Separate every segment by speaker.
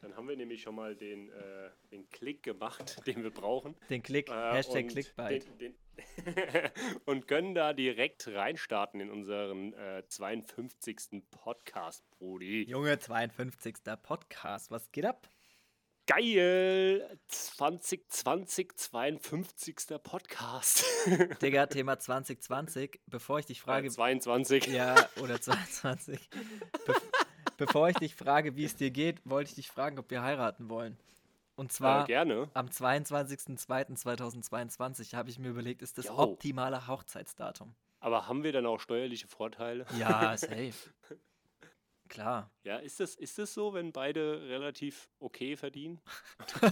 Speaker 1: Dann haben wir nämlich schon mal den, äh, den Klick gemacht, den wir brauchen.
Speaker 2: Den Klick,
Speaker 1: Äh,
Speaker 2: Hashtag
Speaker 1: und
Speaker 2: Clickbait.
Speaker 1: Den, den und können da direkt reinstarten in unseren äh, 52. Podcast, Brudi.
Speaker 2: Junge, 52. Podcast, was geht ab?
Speaker 1: Geil! 2020, 52. Podcast.
Speaker 2: Digga, Thema 2020, bevor ich dich
Speaker 1: Äh,
Speaker 2: frage,
Speaker 1: 22.
Speaker 2: ja, oder 22, Bef bevor ich dich frage, wie es dir geht, wollte ich dich fragen, ob wir heiraten wollen. Und
Speaker 1: äh,
Speaker 2: zwar
Speaker 1: gerne.
Speaker 2: am 22.02.2022 habe ich mir überlegt, ist das
Speaker 1: Jo.
Speaker 2: optimale Hochzeitsdatum.
Speaker 1: Aber haben wir dann auch steuerliche Vorteile?
Speaker 2: Ja, safe. Klar.
Speaker 1: Ja, ist das, ist das so, wenn beide relativ okay verdienen?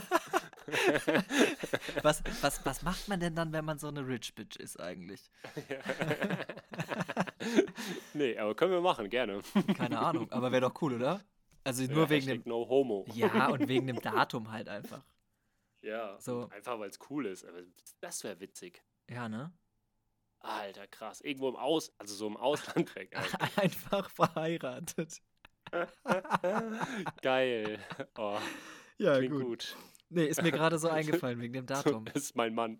Speaker 2: Was, was, was macht man denn dann, wenn man so eine Rich Bitch ist eigentlich?
Speaker 1: Nee, aber können wir machen, gerne.
Speaker 2: Keine Ahnung, aber wäre doch cool, oder? Also nur
Speaker 1: Ja,
Speaker 2: wegen dem.
Speaker 1: Hashtag No Homo.
Speaker 2: Ja, und wegen dem Datum halt einfach.
Speaker 1: Ja,
Speaker 2: So.
Speaker 1: einfach weil es cool ist. Aber das wäre witzig.
Speaker 2: Ja, ne?
Speaker 1: Alter, krass. Irgendwo im Aus, also so im Ausland weg. Alter.
Speaker 2: Einfach verheiratet.
Speaker 1: Geil. Oh,
Speaker 2: Ja,
Speaker 1: klingt gut.
Speaker 2: Nee, ist mir gerade so eingefallen wegen dem Datum.
Speaker 1: Das ist mein Mann.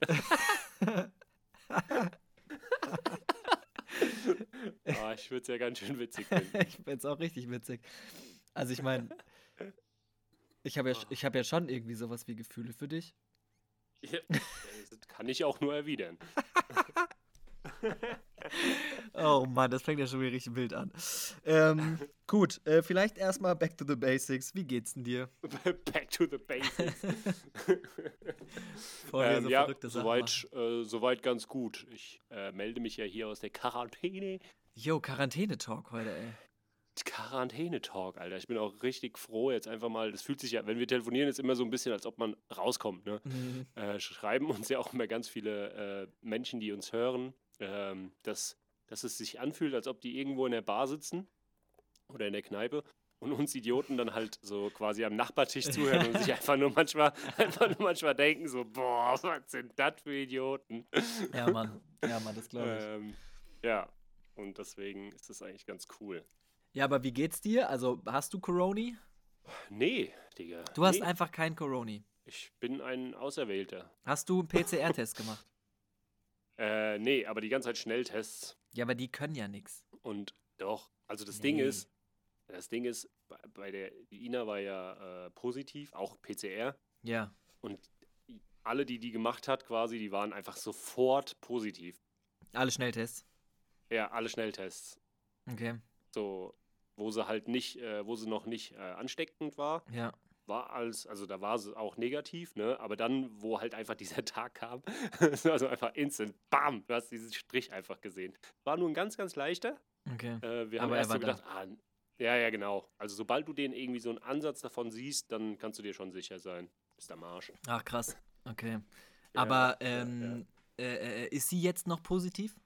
Speaker 1: Ah, ich würde es ja ganz schön witzig finden.
Speaker 2: ich find's auch richtig witzig. Also ich meine, ich habe ja, sch- ich hab ja schon irgendwie sowas wie Gefühle für dich.
Speaker 1: Ja, äh, Das kann ich auch nur erwidern.
Speaker 2: Oh Mann, das fängt ja schon wieder richtig wild an. Ähm, gut, äh, vielleicht erstmal back to the basics. Wie geht's denn dir?
Speaker 1: Back to the basics.
Speaker 2: Bevor wir
Speaker 1: Ähm, ja,
Speaker 2: verrückte Sachen machen.
Speaker 1: soweit, äh, soweit ganz gut. Ich äh, melde mich ja hier aus der Quarantäne.
Speaker 2: Jo, Quarantäne-Talk heute, ey.
Speaker 1: Quarantäne-Talk, Alter. Ich bin auch richtig froh jetzt einfach mal. Das fühlt sich ja, wenn wir telefonieren, ist immer so ein bisschen, als ob man rauskommt. Ne?
Speaker 2: Mhm.
Speaker 1: Äh, schreiben uns ja auch immer ganz viele äh, Menschen, die uns hören, ähm, dass, dass es sich anfühlt, als ob die irgendwo in der Bar sitzen oder in der Kneipe und uns Idioten dann halt so quasi am Nachbartisch zuhören und sich einfach nur manchmal, einfach nur manchmal denken, so, boah, was sind das für Idioten?
Speaker 2: Ja, Mann. Ja, Mann, das glaube ich.
Speaker 1: Ähm, ja, und deswegen ist das eigentlich ganz cool.
Speaker 2: Ja, aber wie geht's dir? Also, hast du Coroni?
Speaker 1: Nee, Digga.
Speaker 2: Du hast
Speaker 1: nee,
Speaker 2: einfach kein Coroni.
Speaker 1: ich bin ein Auserwählter.
Speaker 2: Hast du einen PCR-Test gemacht?
Speaker 1: Äh, nee, aber die ganze Zeit Schnelltests.
Speaker 2: Ja, aber die können ja nichts.
Speaker 1: Und doch, also das Ding
Speaker 2: Nee.
Speaker 1: ist, das Ding ist, bei, bei der die Ina war ja äh, positiv, auch PCR.
Speaker 2: Ja.
Speaker 1: Und die- alle, die die gemacht hat, quasi, die waren einfach sofort positiv.
Speaker 2: Alle Schnelltests.
Speaker 1: Ja, alle Schnelltests.
Speaker 2: Okay.
Speaker 1: So, wo sie halt nicht, äh, wo sie noch nicht äh, ansteckend war,
Speaker 2: Ja.
Speaker 1: war alles, also da war sie auch negativ, ne? Aber dann, wo halt einfach dieser Tag kam, es war so einfach instant, bam, du hast diesen Strich einfach gesehen. War nur ein ganz, ganz leichter,
Speaker 2: Okay.
Speaker 1: Äh, wir haben
Speaker 2: Aber er
Speaker 1: erst so
Speaker 2: war da.
Speaker 1: gedacht, ah, n- ja, ja, genau. Also sobald du den irgendwie so einen Ansatz davon siehst, dann kannst du dir schon sicher sein. Ist am Arsch.
Speaker 2: Ach, krass. Okay.
Speaker 1: Ja,
Speaker 2: Aber
Speaker 1: ja,
Speaker 2: ähm, Äh, äh, ist sie jetzt noch positiv?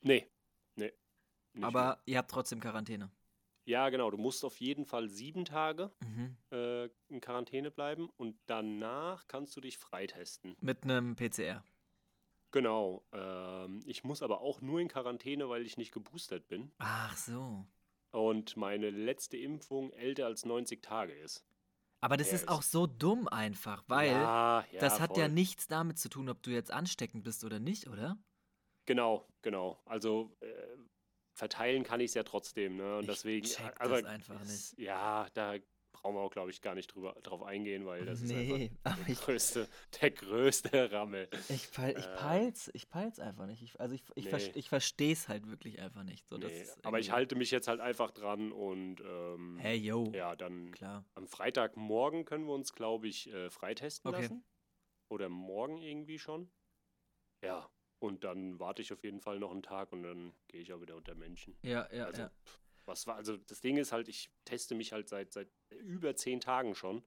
Speaker 1: Nee, nee. nicht mehr.
Speaker 2: aber ihr habt trotzdem Quarantäne.
Speaker 1: Ja, genau. Du musst auf jeden Fall sieben Tage
Speaker 2: Mhm.
Speaker 1: äh, in Quarantäne bleiben und danach kannst du dich freitesten.
Speaker 2: Mit einem PCR.
Speaker 1: Genau. Ähm, ich muss aber auch nur in Quarantäne, weil ich nicht geboostert bin
Speaker 2: Ach so.
Speaker 1: und meine letzte Impfung älter als 90 Tage ist.
Speaker 2: Aber das
Speaker 1: Ja,
Speaker 2: ist
Speaker 1: ist-
Speaker 2: auch so dumm einfach, weil
Speaker 1: ja, ja,
Speaker 2: das hat ja
Speaker 1: voll.
Speaker 2: nichts damit zu tun, ob du jetzt ansteckend bist oder nicht, oder?
Speaker 1: Genau, genau. Also äh, verteilen kann ich es ja trotzdem, ne? Und
Speaker 2: Ich
Speaker 1: deswegen.
Speaker 2: check
Speaker 1: also,
Speaker 2: das einfach
Speaker 1: es- Ja, da brauchen wir auch, glaube ich, gar nicht drüber drauf eingehen, weil das ist
Speaker 2: aber
Speaker 1: einfach der größte, der größte Rammel.
Speaker 2: Ich, peil, ich
Speaker 1: Äh,
Speaker 2: peil's, ich peil's einfach nicht. Ich, also ich, ich,
Speaker 1: Nee.
Speaker 2: vers- ich versteh's halt wirklich einfach nicht. So, das
Speaker 1: Nee,
Speaker 2: ist
Speaker 1: aber ich
Speaker 2: irgendwie-
Speaker 1: halte mich jetzt halt einfach dran und ähm,
Speaker 2: Hey, yo.
Speaker 1: ja, dann
Speaker 2: Klar.
Speaker 1: am Freitagmorgen können wir uns, glaube ich, äh, freitesten
Speaker 2: Okay.
Speaker 1: lassen. Oder morgen irgendwie schon. Ja. Und dann warte ich auf jeden Fall noch einen Tag und dann gehe ich auch wieder unter Menschen.
Speaker 2: Ja, ja,
Speaker 1: Also,
Speaker 2: ja.
Speaker 1: pff, was war, also das Ding ist halt, ich teste mich halt seit, seit über zehn Tagen schon.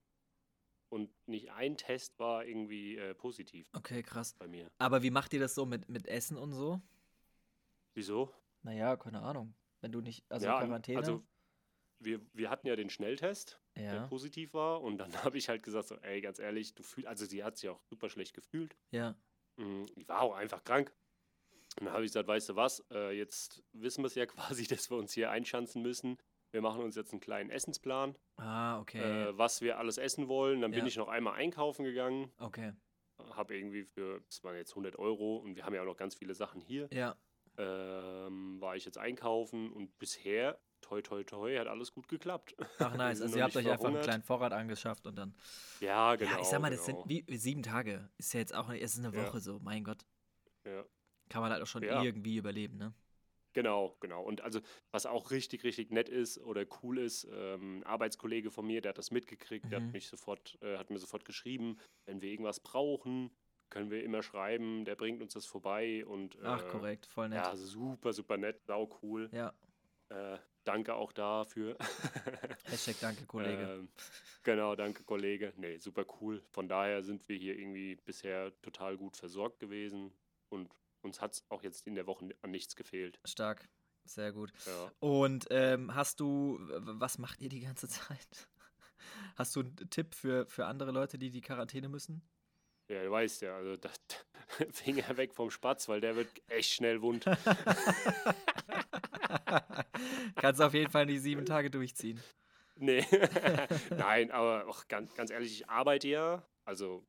Speaker 1: Und nicht ein Test war irgendwie äh, positiv
Speaker 2: Okay, krass.
Speaker 1: bei mir.
Speaker 2: Aber wie macht ihr das so mit, mit Essen und so?
Speaker 1: Wieso?
Speaker 2: Naja, keine Ahnung. Wenn du nicht, also
Speaker 1: Ja,
Speaker 2: Quarantäne.
Speaker 1: Also, wir, wir hatten ja den Schnelltest, der
Speaker 2: ja,
Speaker 1: positiv war. Und dann habe ich halt gesagt, so, ey, ganz ehrlich, du fühlst, also sie hat sich auch super schlecht gefühlt.
Speaker 2: ja.
Speaker 1: Mm, Die war auch einfach krank. Und dann habe ich gesagt, weißt du was, äh, jetzt wissen wir es ja quasi, dass wir uns hier einschanzen müssen. wir machen uns jetzt einen kleinen Essensplan,
Speaker 2: Ah, okay.
Speaker 1: äh, was wir alles essen wollen. Dann bin
Speaker 2: Ja.
Speaker 1: ich noch einmal einkaufen gegangen,
Speaker 2: okay.
Speaker 1: habe irgendwie für, das waren jetzt 100 Euro und wir haben ja auch noch ganz viele Sachen hier,
Speaker 2: Ja.
Speaker 1: ähm, war ich jetzt einkaufen und bisher, toi, toi, toi, hat alles gut geklappt.
Speaker 2: Ach
Speaker 1: Wir
Speaker 2: nice.
Speaker 1: sind
Speaker 2: Also
Speaker 1: noch
Speaker 2: ihr habt
Speaker 1: nicht
Speaker 2: euch einfach einen
Speaker 1: verhungert.
Speaker 2: kleinen Vorrat angeschafft und dann.
Speaker 1: Ja, genau.
Speaker 2: ja, ich sag mal, das
Speaker 1: genau.
Speaker 2: sind wie sieben Tage. Ist ja jetzt auch nicht, es ist eine
Speaker 1: Ja.
Speaker 2: Woche so, mein Gott.
Speaker 1: Ja.
Speaker 2: Kann man halt auch schon
Speaker 1: Ja.
Speaker 2: irgendwie überleben, ne?
Speaker 1: Genau, genau. Und also, was auch richtig, richtig nett ist oder cool ist, ähm, ein Arbeitskollege von mir, der hat das mitgekriegt, der
Speaker 2: Mhm.
Speaker 1: hat mich sofort, äh, hat mir sofort geschrieben, wenn wir irgendwas brauchen, können wir immer schreiben, der bringt uns das vorbei und äh,
Speaker 2: Ach, korrekt, voll nett.
Speaker 1: ja, super, super nett, sau cool.
Speaker 2: Ja.
Speaker 1: Äh, danke auch dafür.
Speaker 2: Hashtag danke, Kollege.
Speaker 1: Ähm, genau, danke, Kollege. Nee, super cool. Von daher sind wir hier irgendwie bisher total gut versorgt gewesen und uns hat es auch jetzt in der Woche an nichts gefehlt.
Speaker 2: Stark. Sehr gut.
Speaker 1: Ja.
Speaker 2: Und ähm, hast du, w- was macht ihr die ganze Zeit? Hast du einen Tipp für, für andere Leute, die die Quarantäne müssen?
Speaker 1: Ja, du weißt ja, also das, Finger weg vom Spatz, weil der wird echt schnell wund.
Speaker 2: Kannst auf jeden Fall die sieben Tage durchziehen.
Speaker 1: Nee. Nein, aber auch ganz, ganz ehrlich, ich arbeite ja. Also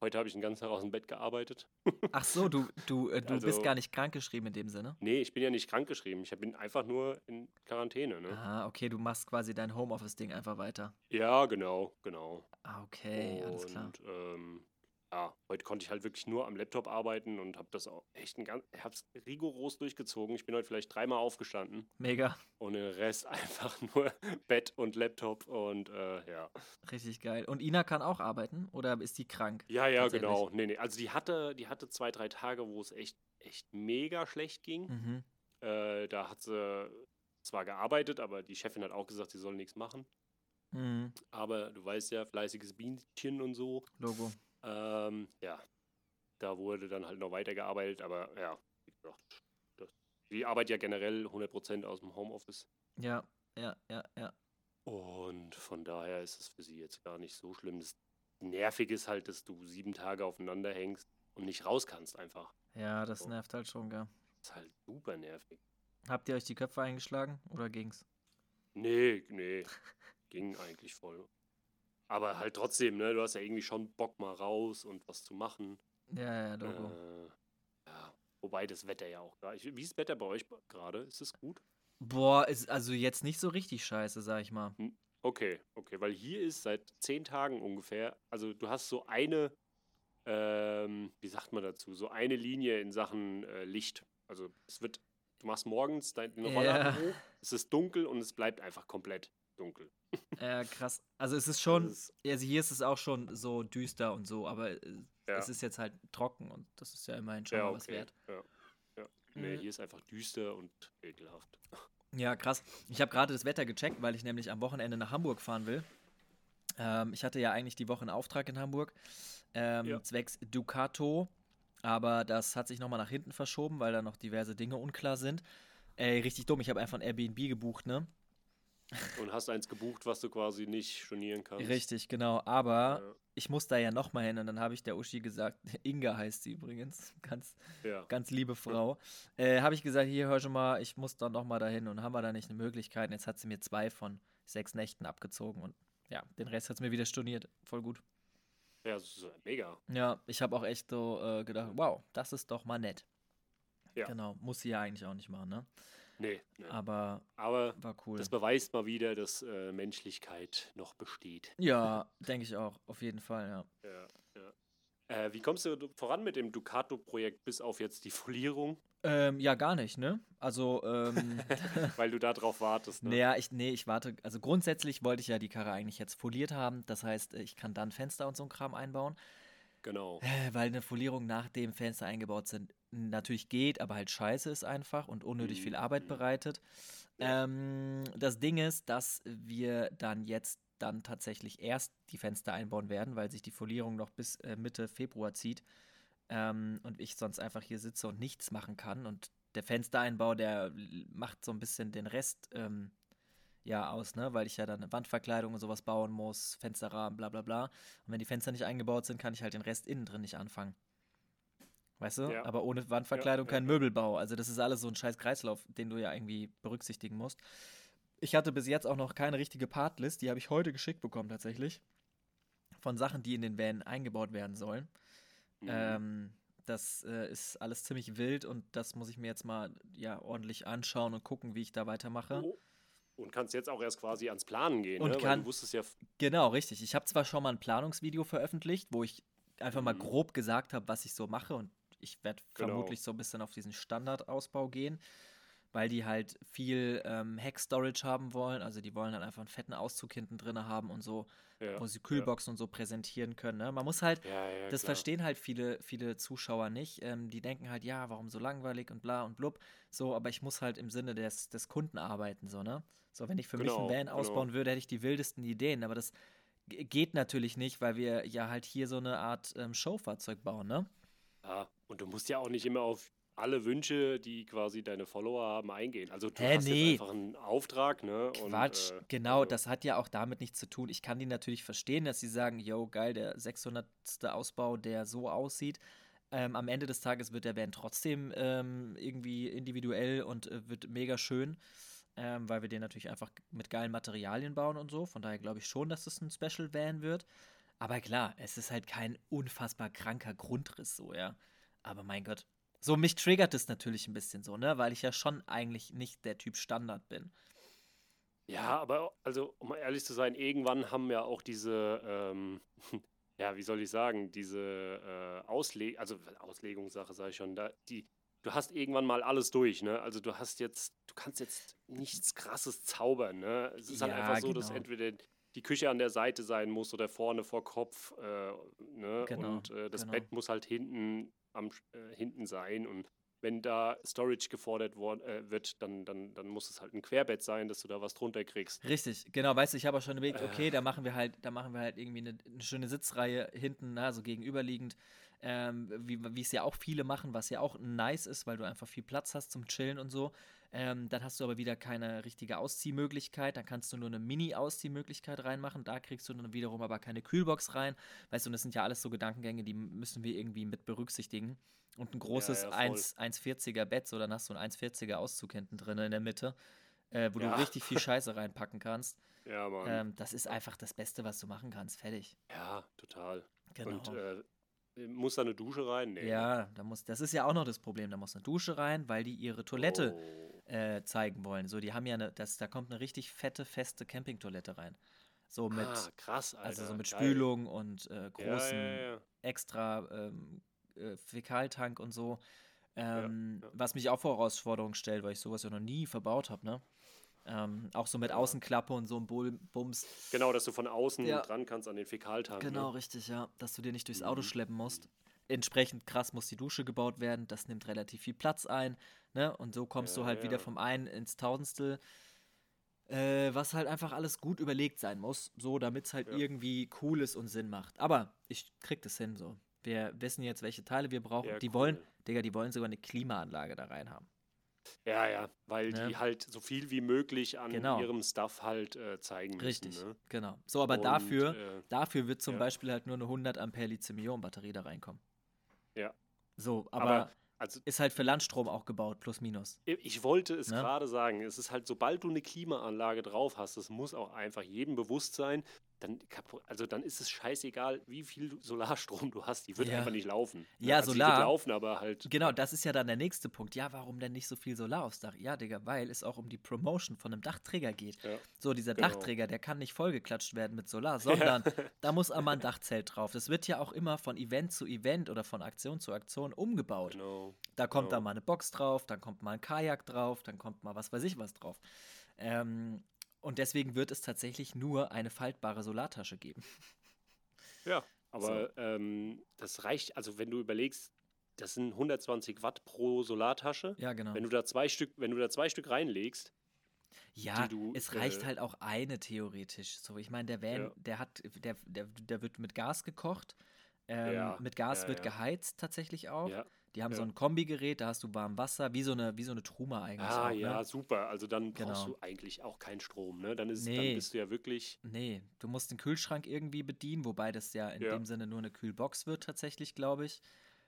Speaker 1: heute habe ich den ganzen Tag aus dem Bett gearbeitet.
Speaker 2: Ach so, du, du, äh, du bist
Speaker 1: Also-
Speaker 2: gar nicht krankgeschrieben in dem Sinne.
Speaker 1: Nee, ich bin ja nicht krankgeschrieben. Ich bin einfach nur in Quarantäne, ne?
Speaker 2: Ah, okay, du machst quasi dein Homeoffice-Ding einfach weiter.
Speaker 1: Ja, genau, genau.
Speaker 2: Ah, okay, alles klar.
Speaker 1: Und ähm, ja, heute konnte ich halt wirklich nur am Laptop arbeiten und habe das auch echt ein ganz, hab's rigoros durchgezogen. Ich bin heute vielleicht dreimal aufgestanden
Speaker 2: Mega,
Speaker 1: und den Rest einfach nur Bett und Laptop und äh, ja.
Speaker 2: richtig geil. Und Ina kann auch arbeiten oder ist die krank?
Speaker 1: Ja, ja,
Speaker 2: Tatsächlich.
Speaker 1: genau. Nee, nee. Also die hatte, die hatte zwei, drei Tage, wo es echt, echt mega schlecht ging.
Speaker 2: Mhm.
Speaker 1: Äh, da hat sie zwar gearbeitet, aber die Chefin hat auch gesagt, sie soll nichts machen.
Speaker 2: Mhm.
Speaker 1: Aber du weißt ja, fleißiges Bienchen und so.
Speaker 2: Logo.
Speaker 1: Ähm, ja, da wurde dann halt noch weitergearbeitet, aber ja, wie gesagt, das, die Arbeit ja generell 100% aus dem Homeoffice.
Speaker 2: Ja, ja, ja, ja.
Speaker 1: Und von daher ist es für sie jetzt gar nicht so schlimm. Das Nervige ist halt, dass du sieben Tage aufeinander hängst und nicht raus kannst einfach.
Speaker 2: Ja, das
Speaker 1: So.
Speaker 2: nervt halt schon, gell.
Speaker 1: ist halt super nervig.
Speaker 2: Habt ihr euch die Köpfe eingeschlagen oder ging's?
Speaker 1: Nee, nee, ging eigentlich voll. Aber halt trotzdem, ne, du hast ja irgendwie schon Bock mal raus und was zu machen.
Speaker 2: Ja, ja, Logo.
Speaker 1: Äh, ja, wobei das Wetter ja auch gar ich- Wie ist das Wetter bei euch gerade? Ist es gut?
Speaker 2: Boah, ist also jetzt nicht so richtig scheiße, sag ich mal.
Speaker 1: Okay, okay, weil hier ist seit zehn Tagen ungefähr, also du hast so eine, ähm, wie sagt man dazu, so eine Linie in Sachen äh, Licht. Also es wird, du machst morgens deinen
Speaker 2: Ja.
Speaker 1: Roller hoch, es ist dunkel und es bleibt einfach komplett dunkel.
Speaker 2: Äh, krass. Also es ist
Speaker 1: Das
Speaker 2: schon,
Speaker 1: ist-
Speaker 2: also hier ist es auch schon so düster und so, aber äh,
Speaker 1: Ja.
Speaker 2: es ist jetzt halt trocken und das ist ja immerhin schon
Speaker 1: ja,
Speaker 2: mal was
Speaker 1: okay.
Speaker 2: wert.
Speaker 1: Ja. Ja. Nee,
Speaker 2: Mhm.
Speaker 1: hier ist einfach düster und ekelhaft.
Speaker 2: Ja, krass. Ich habe gerade das Wetter gecheckt, weil ich nämlich am Wochenende nach Hamburg fahren will. Ähm, ich hatte ja eigentlich die Woche einen Auftrag in Hamburg, ähm,
Speaker 1: Ja.
Speaker 2: zwecks Ducato, aber das hat sich nochmal nach hinten verschoben, weil da noch diverse Dinge unklar sind. Ey, richtig dumm, ich habe einfach ein Airbnb gebucht, ne?
Speaker 1: Und hast eins gebucht, was du quasi nicht stornieren kannst.
Speaker 2: Richtig, genau, aber
Speaker 1: Ja,
Speaker 2: ich muss da ja nochmal hin und dann habe ich der Uschi gesagt, Inga heißt sie übrigens, ganz,
Speaker 1: ja.
Speaker 2: ganz liebe Frau, äh, habe ich gesagt, hier hör schon mal, ich muss da nochmal dahin und haben wir da nicht eine Möglichkeit. Und jetzt hat sie mir zwei von sechs Nächten abgezogen und ja, den Rest hat sie mir wieder storniert. Voll gut.
Speaker 1: ja das ist äh, mega.
Speaker 2: Ja, ich habe auch echt so äh, gedacht, wow, das ist doch mal nett.
Speaker 1: Ja.
Speaker 2: Genau, muss sie ja eigentlich auch nicht machen, ne?
Speaker 1: Nee, nee.
Speaker 2: Aber
Speaker 1: Aber
Speaker 2: war cool.
Speaker 1: das beweist mal wieder, dass äh, Menschlichkeit noch besteht.
Speaker 2: Ja, denke ich auch, auf jeden Fall, ja.
Speaker 1: Ja, ja. Äh, wie kommst du voran mit dem Ducato-Projekt bis auf jetzt die Folierung,
Speaker 2: Ähm, ja, gar nicht, ne? Also, ähm,
Speaker 1: weil du darauf wartest? Ne?
Speaker 2: Naja, ich, nee, ich warte. Also grundsätzlich wollte ich ja die Karre eigentlich jetzt foliert haben. Das heißt, ich kann dann Fenster und so ein Kram einbauen.
Speaker 1: Genau.
Speaker 2: Äh, Weil eine Folierung nach dem Fenster eingebaut sind natürlich geht, aber halt scheiße ist einfach und unnötig viel
Speaker 1: Mhm,
Speaker 2: Arbeit
Speaker 1: mhm.
Speaker 2: bereitet.
Speaker 1: Ja.
Speaker 2: Ähm, das Ding ist, dass wir dann jetzt dann tatsächlich erst die Fenster einbauen werden, weil sich die Folierung noch bis äh, Mitte Februar zieht ähm, und ich sonst einfach hier sitze und nichts machen kann. Und der Fenstereinbau, der l- macht so ein bisschen den Rest ähm, ja aus, ne? weil ich ja dann eine Wandverkleidung und sowas bauen muss, Fensterrahmen, bla bla bla. Und wenn die Fenster nicht eingebaut sind, kann ich halt den Rest innen drin nicht anfangen. Weißt du?
Speaker 1: Ja.
Speaker 2: Aber ohne Wandverkleidung
Speaker 1: ja,
Speaker 2: kein
Speaker 1: ja.
Speaker 2: Möbelbau. Also das ist alles so ein scheiß Kreislauf, den du ja irgendwie berücksichtigen musst. Ich hatte bis jetzt auch noch keine richtige Partlist, die habe ich heute geschickt bekommen tatsächlich. Von Sachen, die in den Van eingebaut werden sollen.
Speaker 1: Mhm.
Speaker 2: Ähm, das äh, ist alles ziemlich wild und das muss ich mir jetzt mal ja ordentlich anschauen und gucken, wie ich da weitermache.
Speaker 1: Oh. Und kannst jetzt auch erst quasi ans Planen gehen.
Speaker 2: Und
Speaker 1: ne? Weil
Speaker 2: kann-
Speaker 1: du wusstest ja,
Speaker 2: Genau, richtig. Ich habe zwar schon mal ein Planungsvideo veröffentlicht, wo ich einfach mal
Speaker 1: Mhm.
Speaker 2: grob gesagt habe, was ich so mache und ich werde
Speaker 1: Genau.
Speaker 2: vermutlich so ein bisschen auf diesen Standardausbau gehen, weil die halt viel ähm, Hack-Storage haben wollen. Also die wollen halt einfach einen fetten Auszug hinten drin haben und so,
Speaker 1: ja,
Speaker 2: wo sie Kühlboxen und so präsentieren können. Ne? Man muss halt,
Speaker 1: ja, ja,
Speaker 2: das
Speaker 1: klar.
Speaker 2: verstehen halt viele, viele Zuschauer nicht. Ähm, die denken halt, ja, warum so langweilig und bla und blub. So, aber ich muss halt im Sinne des, des Kunden arbeiten, so, ne? So, wenn ich für
Speaker 1: Genau,
Speaker 2: mich einen Van
Speaker 1: genau.
Speaker 2: ausbauen würde, hätte ich die wildesten Ideen, aber das g- geht natürlich nicht, weil wir ja halt hier so eine Art ähm, Showfahrzeug bauen, ne?
Speaker 1: Ja, und du musst ja auch nicht immer auf alle Wünsche, die quasi deine Follower haben, eingehen. Also du
Speaker 2: Hä,
Speaker 1: hast
Speaker 2: nee.
Speaker 1: jetzt einfach einen Auftrag, ne? Und,
Speaker 2: Quatsch,
Speaker 1: äh,
Speaker 2: genau,
Speaker 1: also-
Speaker 2: das hat ja auch damit nichts zu tun. Ich kann die natürlich verstehen, dass sie sagen, yo, geil, der 600. Ausbau, der so aussieht. Ähm, am Ende des Tages wird der Van trotzdem ähm, irgendwie individuell und äh, wird mega schön, ähm, weil wir den natürlich einfach mit geilen Materialien bauen und so. Von daher glaube ich schon, dass es ein Special Van wird. Aber klar, es ist halt kein unfassbar kranker Grundriss so, ja. Aber mein Gott. So, mich triggert es natürlich ein bisschen so, ne? Weil ich ja schon eigentlich nicht der Typ Standard bin.
Speaker 1: Ja, aber also, um mal ehrlich zu sein, irgendwann haben ja auch diese, ähm, ja, wie soll ich sagen, diese äh, Ausleg also Auslegungssache, sage ich schon, da, die, du hast irgendwann mal alles durch, ne? Also du hast jetzt, du kannst jetzt nichts krasses zaubern, ne? Es ist halt
Speaker 2: Ja,
Speaker 1: einfach so, dass
Speaker 2: genau.
Speaker 1: entweder die Küche an der Seite sein muss oder vorne vor Kopf, äh, ne?
Speaker 2: Genau,
Speaker 1: Und äh, das
Speaker 2: genau.
Speaker 1: Bett muss halt hinten am Sch- äh, hinten sein und wenn da Storage gefordert worden, äh, wird, dann, dann, dann muss es halt ein Querbett sein, dass du da was drunter kriegst.
Speaker 2: Richtig, genau, weißt du, ich habe auch schon überlegt, okay,
Speaker 1: Äh.
Speaker 2: da machen wir halt, da machen wir halt irgendwie eine, eine schöne Sitzreihe hinten, na, so gegenüberliegend, ähm, wie wie es ja auch viele machen, was ja auch nice ist, weil du einfach viel Platz hast zum Chillen und so. Ähm, dann hast du aber wieder keine richtige Ausziehmöglichkeit, dann kannst du nur eine Mini-Ausziehmöglichkeit reinmachen, da kriegst du dann wiederum aber keine Kühlbox rein. Weißt du, und das sind ja alles so Gedankengänge, die müssen wir irgendwie mit berücksichtigen. Und ein großes
Speaker 1: ja, voll.
Speaker 2: 1 1,40er Bett, so dann hast du einen 1,40er Auszug hinten drin in der Mitte, äh, wo
Speaker 1: Ja.
Speaker 2: du richtig viel Scheiße reinpacken kannst.
Speaker 1: Ja, Mann.
Speaker 2: Ähm, das ist einfach das Beste, was du machen kannst. Fertig.
Speaker 1: ja, total.
Speaker 2: Genau.
Speaker 1: Und äh, muss da eine Dusche rein? Nee.
Speaker 2: ja, da muss, das ist ja auch noch das Problem. Da muss eine Dusche rein, weil die ihre Toilette
Speaker 1: Oh.
Speaker 2: äh, zeigen wollen. So, die haben ja eine, das, da kommt eine richtig fette, feste Campingtoilette rein. So mit,
Speaker 1: ah, krass, Alter.
Speaker 2: also so mit
Speaker 1: geil.
Speaker 2: Spülung und äh,
Speaker 1: Ja,
Speaker 2: großen
Speaker 1: Ja, ja, ja.
Speaker 2: extra ähm, äh, Fäkaltank und so. Ähm,
Speaker 1: ja.
Speaker 2: Was mich auch vor Herausforderungen stellt, weil ich sowas ja noch nie verbaut habe, ne? Ähm, auch so mit
Speaker 1: Ja.
Speaker 2: Außenklappe und so einem Bul- Bums.
Speaker 1: Genau, dass du von außen
Speaker 2: Ja.
Speaker 1: dran kannst an den Fäkaltank.
Speaker 2: Genau,
Speaker 1: Ne?
Speaker 2: richtig, ja. Dass du dir nicht durchs Auto
Speaker 1: Mhm.
Speaker 2: schleppen musst. Entsprechend krass muss die Dusche gebaut werden. Das nimmt relativ viel Platz ein. Ne? Und so kommst
Speaker 1: Ja,
Speaker 2: du halt wieder
Speaker 1: ja.
Speaker 2: vom einen ins Tausendstel. Äh, was halt einfach alles gut überlegt sein muss. So, damit es halt
Speaker 1: Ja.
Speaker 2: irgendwie cool ist und Sinn macht. Aber ich krieg das hin so. Wir wissen jetzt, welche Teile wir brauchen.
Speaker 1: Ja,
Speaker 2: die wollen,
Speaker 1: cool.
Speaker 2: Digga, die wollen sogar eine Klimaanlage da rein haben.
Speaker 1: Ja, ja, weil
Speaker 2: Ne?
Speaker 1: die halt so viel wie möglich an
Speaker 2: Genau.
Speaker 1: ihrem Stuff halt äh, zeigen müssen.
Speaker 2: Richtig,
Speaker 1: Ne?
Speaker 2: genau. So, aber
Speaker 1: Und,
Speaker 2: dafür,
Speaker 1: äh,
Speaker 2: dafür wird zum
Speaker 1: ja.
Speaker 2: Beispiel halt nur eine 100 Ampere Lithium-Ionen-Batterie da reinkommen.
Speaker 1: Ja.
Speaker 2: So, aber
Speaker 1: aber also
Speaker 2: ist halt für Landstrom auch gebaut, plus minus.
Speaker 1: Ich wollte es
Speaker 2: Ne?
Speaker 1: gerade sagen. Es ist halt, sobald du eine Klimaanlage drauf hast, das muss auch einfach jedem bewusst sein, dann, kapu- also dann ist es scheißegal, wie viel Solarstrom du hast. Die wird
Speaker 2: Ja.
Speaker 1: einfach nicht laufen. Ne?
Speaker 2: Ja,
Speaker 1: also Die
Speaker 2: Solar-
Speaker 1: wird laufen, aber halt.
Speaker 2: Genau, das ist ja dann der nächste Punkt. Ja, warum denn nicht so viel Solar aufs Dach? Ja, Digga, weil es auch um die Promotion von einem Dachträger geht.
Speaker 1: Ja.
Speaker 2: So, dieser
Speaker 1: Genau.
Speaker 2: Dachträger, der kann nicht vollgeklatscht werden mit Solar, sondern da muss einmal ein Dachzelt drauf. Das wird ja auch immer von Event zu Event oder von Aktion zu Aktion umgebaut.
Speaker 1: Genau.
Speaker 2: Da kommt
Speaker 1: Genau.
Speaker 2: dann mal eine Box drauf, dann kommt mal ein Kajak drauf, dann kommt mal was weiß ich was drauf. Ähm, und deswegen wird es tatsächlich nur eine faltbare Solartasche geben.
Speaker 1: Ja, aber ähm, das reicht. Also, wenn du überlegst, das sind 120 Watt pro Solartasche.
Speaker 2: Ja, genau.
Speaker 1: Wenn du da zwei Stück, wenn du da zwei Stück reinlegst,
Speaker 2: Ja,
Speaker 1: die du,
Speaker 2: es reicht
Speaker 1: äh,
Speaker 2: halt auch eine theoretisch. So, ich meine, der Van,
Speaker 1: Ja.
Speaker 2: der hat, der, der, der wird mit Gas gekocht. Ähm,
Speaker 1: Ja,
Speaker 2: Mit Gas
Speaker 1: ja,
Speaker 2: wird
Speaker 1: ja.
Speaker 2: geheizt tatsächlich auch.
Speaker 1: ja.
Speaker 2: Die haben so
Speaker 1: ja.
Speaker 2: ein Kombigerät, da hast du warm Wasser, wie so eine, wie so eine Truma eigentlich.
Speaker 1: Ah,
Speaker 2: auch,
Speaker 1: ja,
Speaker 2: Ne?
Speaker 1: super. Also dann brauchst
Speaker 2: Genau.
Speaker 1: du eigentlich auch keinen Strom, ne? Dann ist,
Speaker 2: Nee.
Speaker 1: dann bist du ja wirklich.
Speaker 2: Nee, du musst den Kühlschrank irgendwie bedienen, wobei das ja in
Speaker 1: Ja.
Speaker 2: dem Sinne nur eine Kühlbox wird tatsächlich, glaube ich.